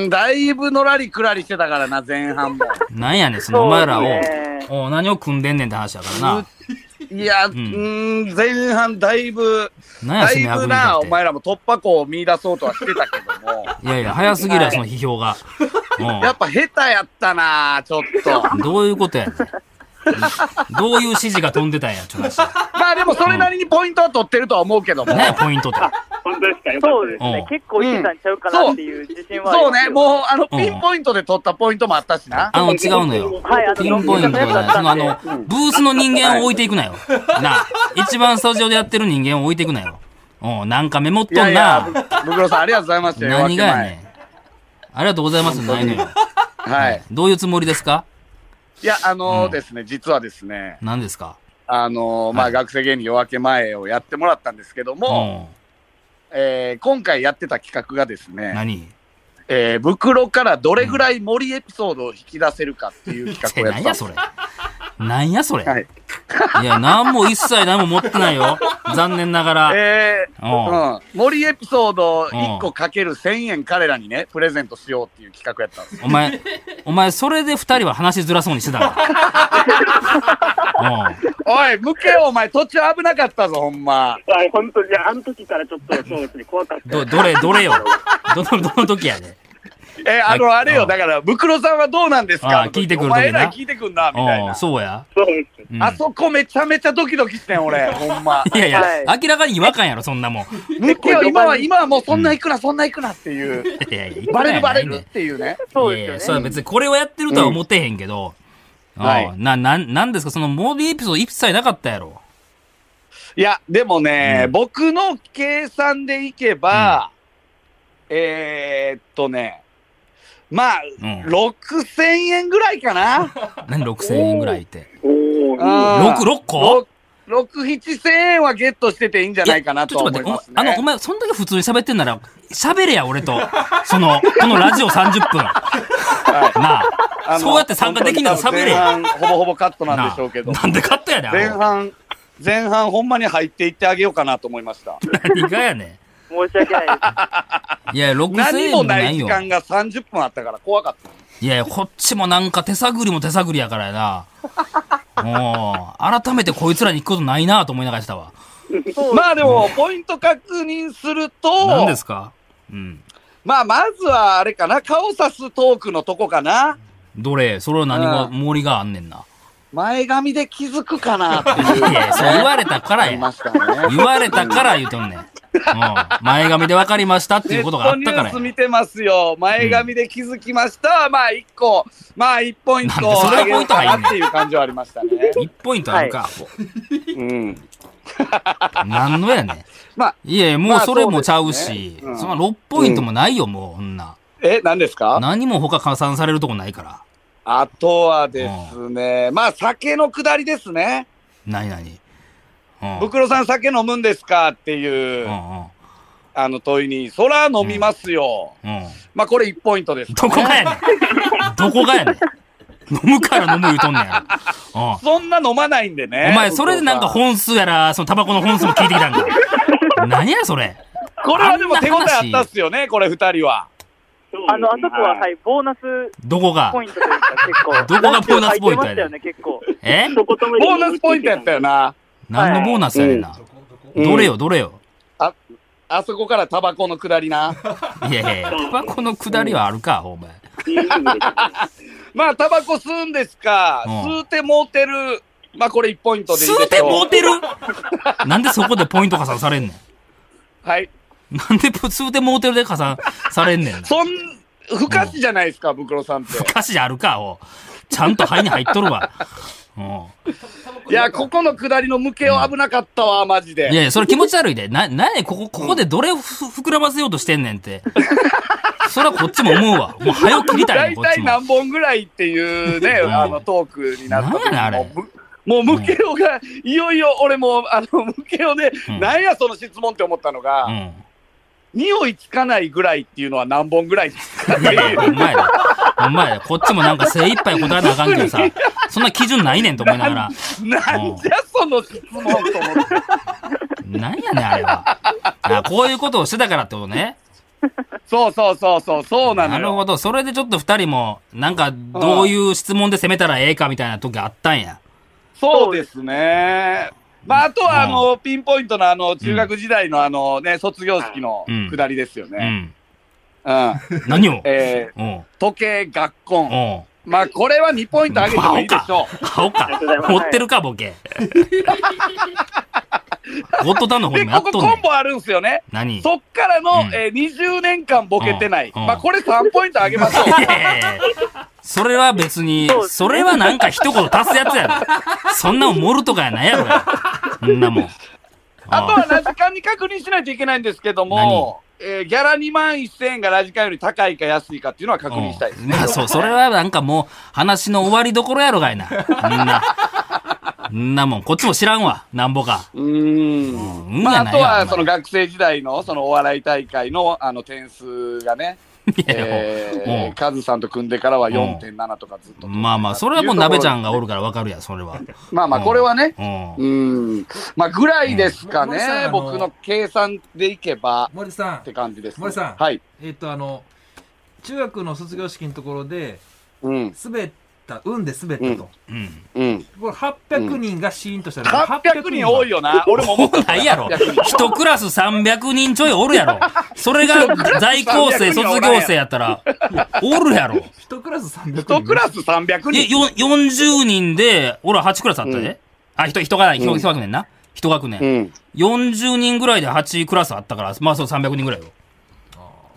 ーん、だいぶのらりくらりしてたからな、前 半も。ん。なんやねん、そのお前らをそうね、お何を組んでんねんって話やからな。いや、うーん、前半だいぶ、なんや、だ攻いめあぐぶねてな、おたっ前らも突破口を見出そうとはしてたけども、て。いやいや、早すぎるや、その批評が。うんやっぱ下手やったな、ちょっ と。どういうことやねん。どういう指示が飛んでたんや、ちょっと。まあでもそれなりにポイントは取ってるとは思うけども。何や、ポイントと。本当ですかよかっそたうでですすねうん。結構いけたんちゃうかなっていう自信はありそうますね、よもう、あの、うんピンポイントで取ったポイントもあったしな。あの、違うのよ。はい、あの、ピンポイントじゃない。そのあの、ブースの人間を置いていくなよ。なあ、一番スタジオでやってる人間を置いていくなよ。うん、なんかメモっいとんな。やいや、ブクロさんありがとうございましたよ。何がやね夜ん。ありがとうございます、ないのよ。明け前はい。どういうつもりですかいや、あのうんーですね、実はですね、何ですかあのー、まはあ、い学生芸人夜明け前をやってもらったんですけどうも、ん。えー今回やってた企画がですね、何えー、袋からどれぐらい森エピソードを引き出せるかっていう企え、画をやってたなんんやですそれ。なんやそれ。はいい、や、何も一切何も持ってないよ。残念ながら。えーうん、森エピソード1個かける1000円彼らにね、プレゼントしようっていう企画やったんですよ。お前、お前、それで二人は話しづらそうにしてた わ。うん。おい、向けよ、お前、途中危なかったぞ、ほんま。はい、本当に、あの時からちょっと、そうですね、怖かった。ど、どれ、どれ よ。どの、どの時やで。え、あの、はいあれうよ、んだから、ブクロさんはどうなんですかあー聞いてくるお時前なら聞いてくんな、みたいうん、な。そうや。そうです。うんあそこめちゃめちゃドキドキしてん、俺、ほん ま。いやいや、はい明らかに違和感やろ、そんなもん。い向けよ、今は、今はもうそんな行くな、そんな行くなっていう。やいや、バレるバレいくるらやないねんっていうね。そういやいやですそよれね。は別にこれをやってるとは思ってへんけど、うんああはいな、なん、なんですかそのモービーエピソード一切なかったやろ。いや、でもね、うん僕の計算でいけば、えー、っとね、まあ、うん6000円ぐらいか な。何6000円ぐらいって。おー、 6、六個6、7000円はゲットしてていいんじゃないかなちとょはっと思待いって、まおすね。あの、お前、そんだけ普通に喋ってんなら、喋れや、俺と。その、このラジオ30分。なあ、あのそうやって参加できんなら喋れ前や。半、ほぼほぼカットなんなでしょうけどあ、。なんで勝ったやねん前アホ。半、前半ほんまに入っていってあげようかなと思いました。何がやね申し訳ないです。ん。いや、6000何円ももなないい時よ。間が30分あったから怖かった。いやいや、こっちもなんか手探りも手探りやから やな。もう、改めてこいつらに行くことないなと思いながらしたわ。まあでも、ポイント確認すると、何ですかうん。まあまずはあれかな、顔さすトークのとこかな。どれそれは何が、うん森があんねんな。前髪で気づくかなっていいうやいや、そう言われたからありまや。したね。言われたから言うとんねん。うん。前髪で分かりましたっていネうッことがあトっニたュからーや。ス見てますよ。前髪で気づきました。まあ、一個、まあ、一ポインなんでトそれはあげポイるントか入んねんなっていう感じはありました ね。 1ポイントあるか。うん。 何のやねん。まあ、いやいや、もうそれもちゃうし、まあそうですねうんそんな6ポイントもないよ、もう、こんな。え、何ですか何も他加算されるとこないから。あとはですね、まあ、酒の下りですね。何何うん。ブクロさん酒飲むんですかっていう、うんうん。あの問いに、そら飲みますよ。うん。まあ、これ1ポイントです、ね。どこがやねん。どこがやねん。飲むから飲む言うとんねんやろ。うん。そんな飲まないんでね。お前、それでなんかブクロ本数やら、そのタバコの本数も聞いてきたんだ。何やそれ。さんこれはでも手応えああっんなた話っすよね、これ2人は。あの、あそこは、はい、ボーナスどこがポイントというか、結構。どこがボーナスポイ入ってントやねんましたよね、結構。えそこともボーナスポイントやったよな。何のボーナスやねんな。うんどれよ、どれよ。あそこからタバコの下りな。いやいや、タバコの下りはあるか、お前。いい意味ですまあ、タバコ吸うんですか、うん吸うてもうてる。まあ、これ1ポイントでいいでしょう。吸うてもうてるなんでそこでポイント加算されんねん。はい。なんで吸うてもうてるで加算されんねんな。そん、不可視じゃないですか、ブクロさんって。 歌詞あるか、おうちゃんと肺に入っとるわ。 おういや、ここの下りの向けを危なかったわ、マジで。いやいや、それ気持ち悪いで。な、なにここ、ここでどれをふ膨らませようとしてんねんって。 それはこっちも思うわ。もう早く切りたい大ねん、こっち体も。何本ぐらいっていうね、うんあのトークになった時なんやねんあれもうむもう、ムケオが、いよいよ俺もう、あの、ムケオで、うんなんやその質問って思ったのうが、ん。匂いつかないぐらいっていうのは何本ぐらいですかっいてやいいうや、ほんまやで。ほんまやで。こっちもなんか精一杯答えなあかん けどさ、そんな基準ないねんと思いながら。なんじゃその質問と思って。なんやねん、あれは。あこういうことをしてたからってことね。そうそうそうそう、そうなのなるよ。ほど。それでちょっと二人も、なんか、どういう質問で攻めたらええかみたいな時あったんや。そうですね。まあ、あとは、あうの、ピンポイントの、あの、中学時代の、あのね、卒業式の下りですようね。ん。うん。何をえーうん。うん。 時計、学婚。まあ、これは2ポイント上げてもいいでしょう。買おうありがかとうござい。ます持ってるか、ボケ。ゴッドタンの方で、にもやこっことんねコんン。ボあるんすよね。何そっからの、うんえー20年間ボケてない。うんうんまあ、これ3ポイント上げましょう。いやいやいや それは別にそう、ですねそれはなんか一言足すやつやろ。そんなもん盛るとかやないやろや。そんなもん。あとはラジカンに確認しないといけないんですけども、えーギャラ2万1000円がラジカンより高いか安いかっていうのは確認したいですうんね。まあそう、それはなんかもう話の終わりどころやろがいな。みんな。んなもん、こっちも知らんわ。なんぼか。うーん。うんまあ、やあないとわは、その学生時代の、そのお笑い大会の、あの、点数がね、いやいやえもー、カズさんと組んでからは4.7とかずっと。まあまあ、それはもう鍋ちゃんがおるからわかるやん、それは。まあまあ、これはね、う。うんーん。まあ、ぐらいですかね森さんあ。の僕の計算でいけば、森さんって感じです、ね。森さんはい。えっとあの中学の卒業式のところでうん。滑った運で滑ったと、うんこうん。うん。れ800人がシーンとしたら、 800人多いよよな。 俺も思った。ないやろ800人。 一クラス300人ちょいおるやろ。それが在校生、卒業生やったら、おるやろ。一クラス300人1クラス300え、人。よん40人で、俺は8クラスあったうんで。あ、人、人が、人うん一学年な。一学年。ん。 40人ぐらいで8クラスあったから、まあそう300人ぐらいよ。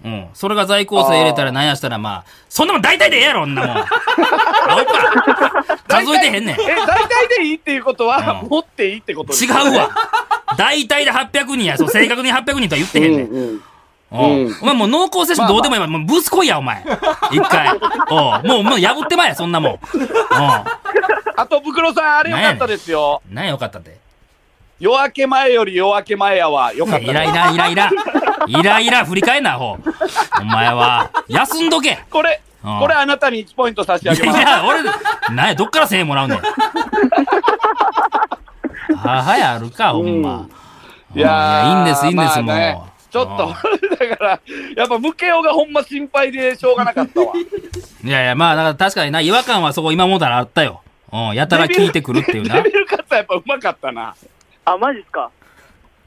うん。それが在校生入れたらなんやしたらまあ、そんなもん大体でええやろ、んなもん。青か。数えてへんねん。え、違大体でいいっていうことは、うん持っていいってことですうわ。大体で800人や。そう、正確に800人とは言ってへんねん。うんうん。うんお前もう濃厚接触どうでもいいわ。もうブス来いや、お前。一回。おうもう、もう破ってまえや、そんなもん。おあと、ブクロさん、あれよかったですよ。うなんやよかったって。夜明け前より夜明け前やわ。よかっイたラです。イライライラ。イライラ振り返んな、ほう。お前は、休んどけ。これ、うんこれあなたに1ポイント差し上いげます。や、俺、なんや、どっから1000円もらうねん。母やあるか、ほんま。いやーいいんです、いいんです、まあねもう。ちょっと、だから、やっぱ、ムケオがほんま心配でしょうがなかったわ。うん。いやいや、まあ、だから確かにな、違和感はそこ今もだらあったよ。うん、やたら聞いてくるっていうなレ。ビルカッツはやっぱうまかったな。あ、マジっすか。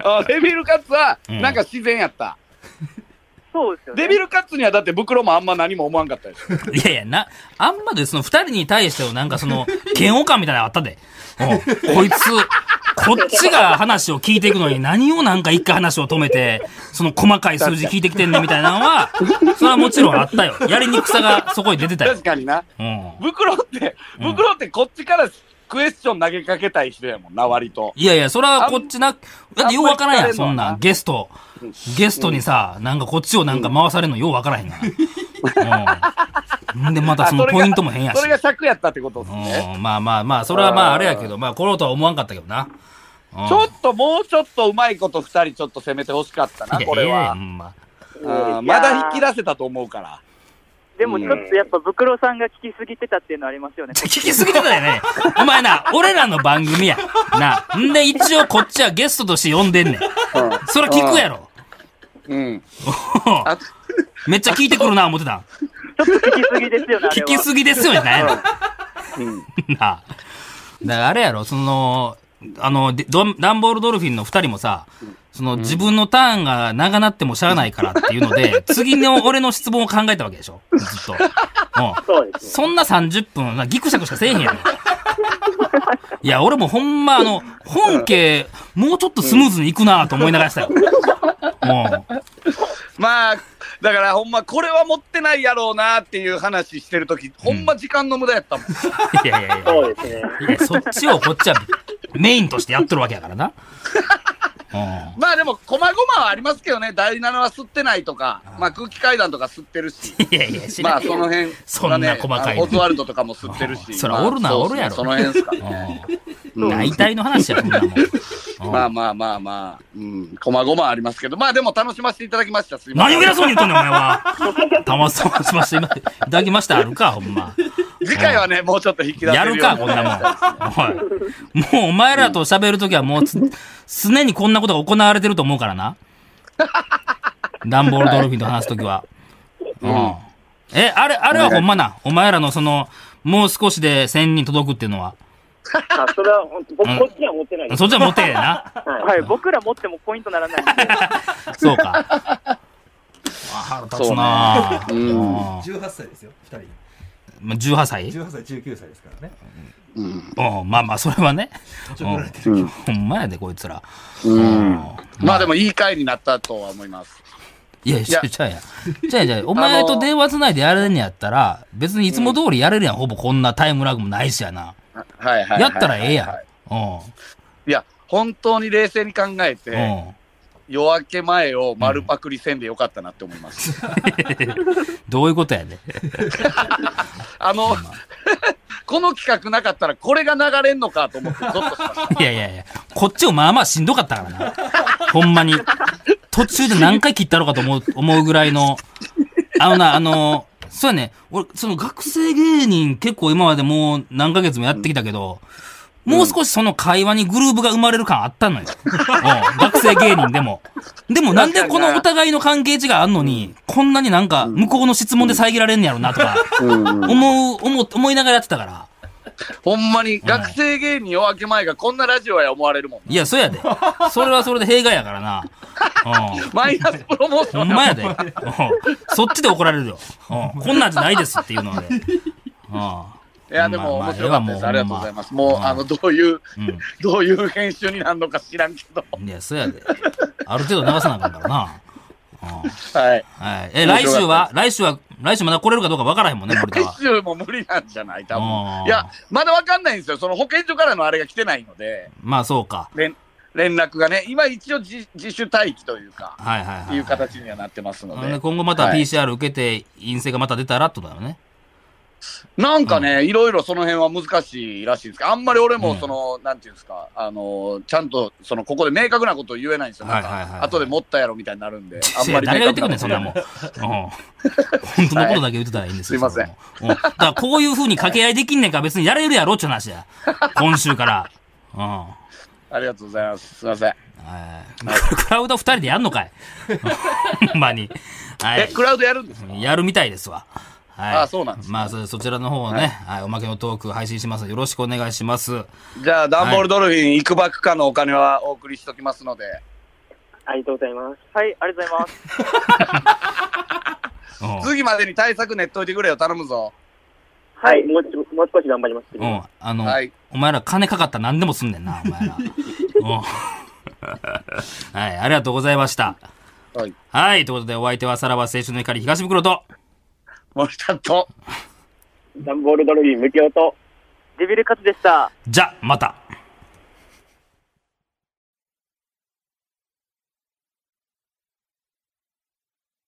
あレビルカッツは、うんなんか自然やった。そうですよね。レビルカッツにはだって袋もあんま何も思わんかったでしょ。 いやいや、な、あんまでその二人に対してのなんかそ の、嫌悪感みたいなのあったで。うん、こいつ、こっちが話を聞いていくのに何をなんか一回話を止めて、その細かい数字聞いてきてんねんみたいなのは、それはもちろんあったよ。やりにくさがそこに出てたよ確。かにな。うん。袋って、うん袋ってこっちからクエスチョン投げかけたい人やもんな、割と。いやいや、それはこっちな、だってようわからんやあんん、まり聞かれんのそんはななん。ゲスト、ゲストにさ、なんかこっちをなんか回されるのようわからへんから。うん。んで、またそのあれポがイントも変やしそ。れが尺やったってことですね。うん、まあまあまあ、それはまああれやけど、まあ、このとは思わんかったけどな。うんちょっともうちょっとうまいこと二人ちょっと攻めてほしかったな、これいやいやいやはほ。んまあーいまやーだ引き出せたと思うから。でもちょっとやっぱ、ブクロさんが聞きすぎてたっていうのありますよね。聞きすぎてたよね。 お前な、俺らの番組や。な。んで、一応こっちはゲストとして呼んでんねん。それ聞くやろ。うん。めっちゃ聞いてくるな、思ってた。ちょっと聞きすぎですよね、あれ聞は。きすぎですよね、なんやろ。うん。 なあ。だからあれやろ、その、あの、でドンダンボールドルフィンの二人もさ、その自分のターンが長なってもしゃあないからっていうの で、次の俺の質問を考えたわけでしょずっと。うん。そうですね。そんな30分、なギクシャクしかせえへんやろ。いや、俺もほんま、あの、本家、もうちょっとスムーズにいくなと思いながらしたよ。もう、まあ、だからほんま、これは持ってないやろうなっていう話してるとき、ほんま時間の無駄やったもん。いやいやいや。そうですね。いや、そっちをこっちはメインとしてやっとるわけやからな。うん。まあでも、こまごまはありますけどね、第7は吸ってないとか、まあ空気階段とか吸ってるし。いやいや、知まらあんよその辺そんなね細かいのオズワルドとかも吸ってるし そらおるなまあおるやろそうですねその辺ですかねうん大体の話や、そんなもん。うんまあまあまあまあうんこまごまありますけどまあでも楽しませていただきましたすいません何を偉そうに言っとんねん、お前は。たまそうしました。今、いただきました、あるか、ほんま。次回はねもうちょっと引き出せやようるにか、こんなもん。おいもうお前らと喋るときはもうつ、常にこんなことが行われてると思うからな。ダンボールドルフィンと話すときは。うん。え、あれ、あれはほんまな。お前らのその、もう少しで1000人届くっていうのは。あそれは本当、う僕、んこっちには持ってないです。そっちは持ってえな。はい。はい、僕ら持ってもポイントならないんで、そうか。あ腹立つなあそうねうんあ18歳ですよ、2まあ18歳人。18歳、19歳ですからね。うんうん、まあまあ、それはね。ちょっと怒られてる。うんほんまやで、こいつら。うんまあでもいい回になったとは思いますいや、ちゃうちゃうやん。ちゃうやんちゃうやんお前と電話つないでやれんやったら、別にいつも通りやれるやん、ほぼこんなタイムラグもないしやな。はいはいはいやったらええやんはい。うん。いや本当に冷静に考えうん。て夜明け前を丸パクリせんでよかったなって思いますどういうことやで。あの、 この企画なかったらこれが流れんのかと思ってゾッ としました。いやいやいや、こっちもまあまあしんどかったからな。ほんまに。途中で何回切ったのかと思う、思うぐらいの。あのな、あの、そうやね。俺、その学生芸人結構今までもう何ヶ月もやってきたけど、もう少しその会話にグルーブが生まれる感あった のよ。うん学生芸人でも。でもなんでこのお互いの関係値があんのに、こんなになんか向こうの質問で遮られんねやろなとか、思う、思う、思いながらやってたから。ほんまに学生芸人夜明け前がこんなラジオや思われるもん。いや、そやで。それはそれで弊害やからな。う ん。マイナスプロモーシほョンんまやで。うんそっちで怒られるよ。うんこんなんじゃないですっていうので。うんいや、でもまあまあ面白かったええわもです。うありがとうございます。ほんもう、まあの、どういう、うどういう編集になるのか知らんけど。ん。いや、そやで。ある程度流さなあかんからな。うんはい。はい。え、来週は来週は、来週まだ来れるかどうかわからへんもんね、森田編は。集も無理なんじゃない多あ分。ーいや、まだわかんないんですよ。その保健所からのあれが来てないので、まあ、そうか。連連絡がね、今一応自自主待機というか、はっいはいてはいいう。形にはなってますのほんでで。今後またはい PCR 受けて陰性がまた出たらってことだよね。なんかね、いろいろその辺は難しいらしいんですけど、あんまり俺うもんその、なんていうんですか、あの、ちゃんと、その、ここで明確なことを言えないんですよ。はないんはいはいはいか、後で持ったやろみたいになるんで、あんいやまり誰が言ってくんねん、こそとんなもん。うん本当のことだけ言ってたらいいんですよ。はいすいませんそんなもん。うんだからこういう風に掛け合いできんねんから別にやれるやろって話や。今週から。うん。はありがとうございます。すいません。いクラウド二人でやんのかいほんまに。はえ、い。クラウドやるんですかやるみたいですわ。はい。あそうなんですねまあ、そそちらの方をね、はい、おまけのトーク配信します。よろしくお願いします。じゃあ、ダンボールドルフィン、いくばくかのお金はお送りしときますので、ありがとうございます。はい、ありがとうございます。うん。次までに対策練っといてくれよ、頼むぞ。はい、もうちょもう少し頑張ります。うん。あの、はいお前ら金かかったら何でもすんねんな、お前ら。うん。はい、ありがとうございました。はい。はい、ということでお相手はさらば青春の光東袋と、森田と。ダンボールドルフィン、無教と。デビルカツでした。じゃ、また。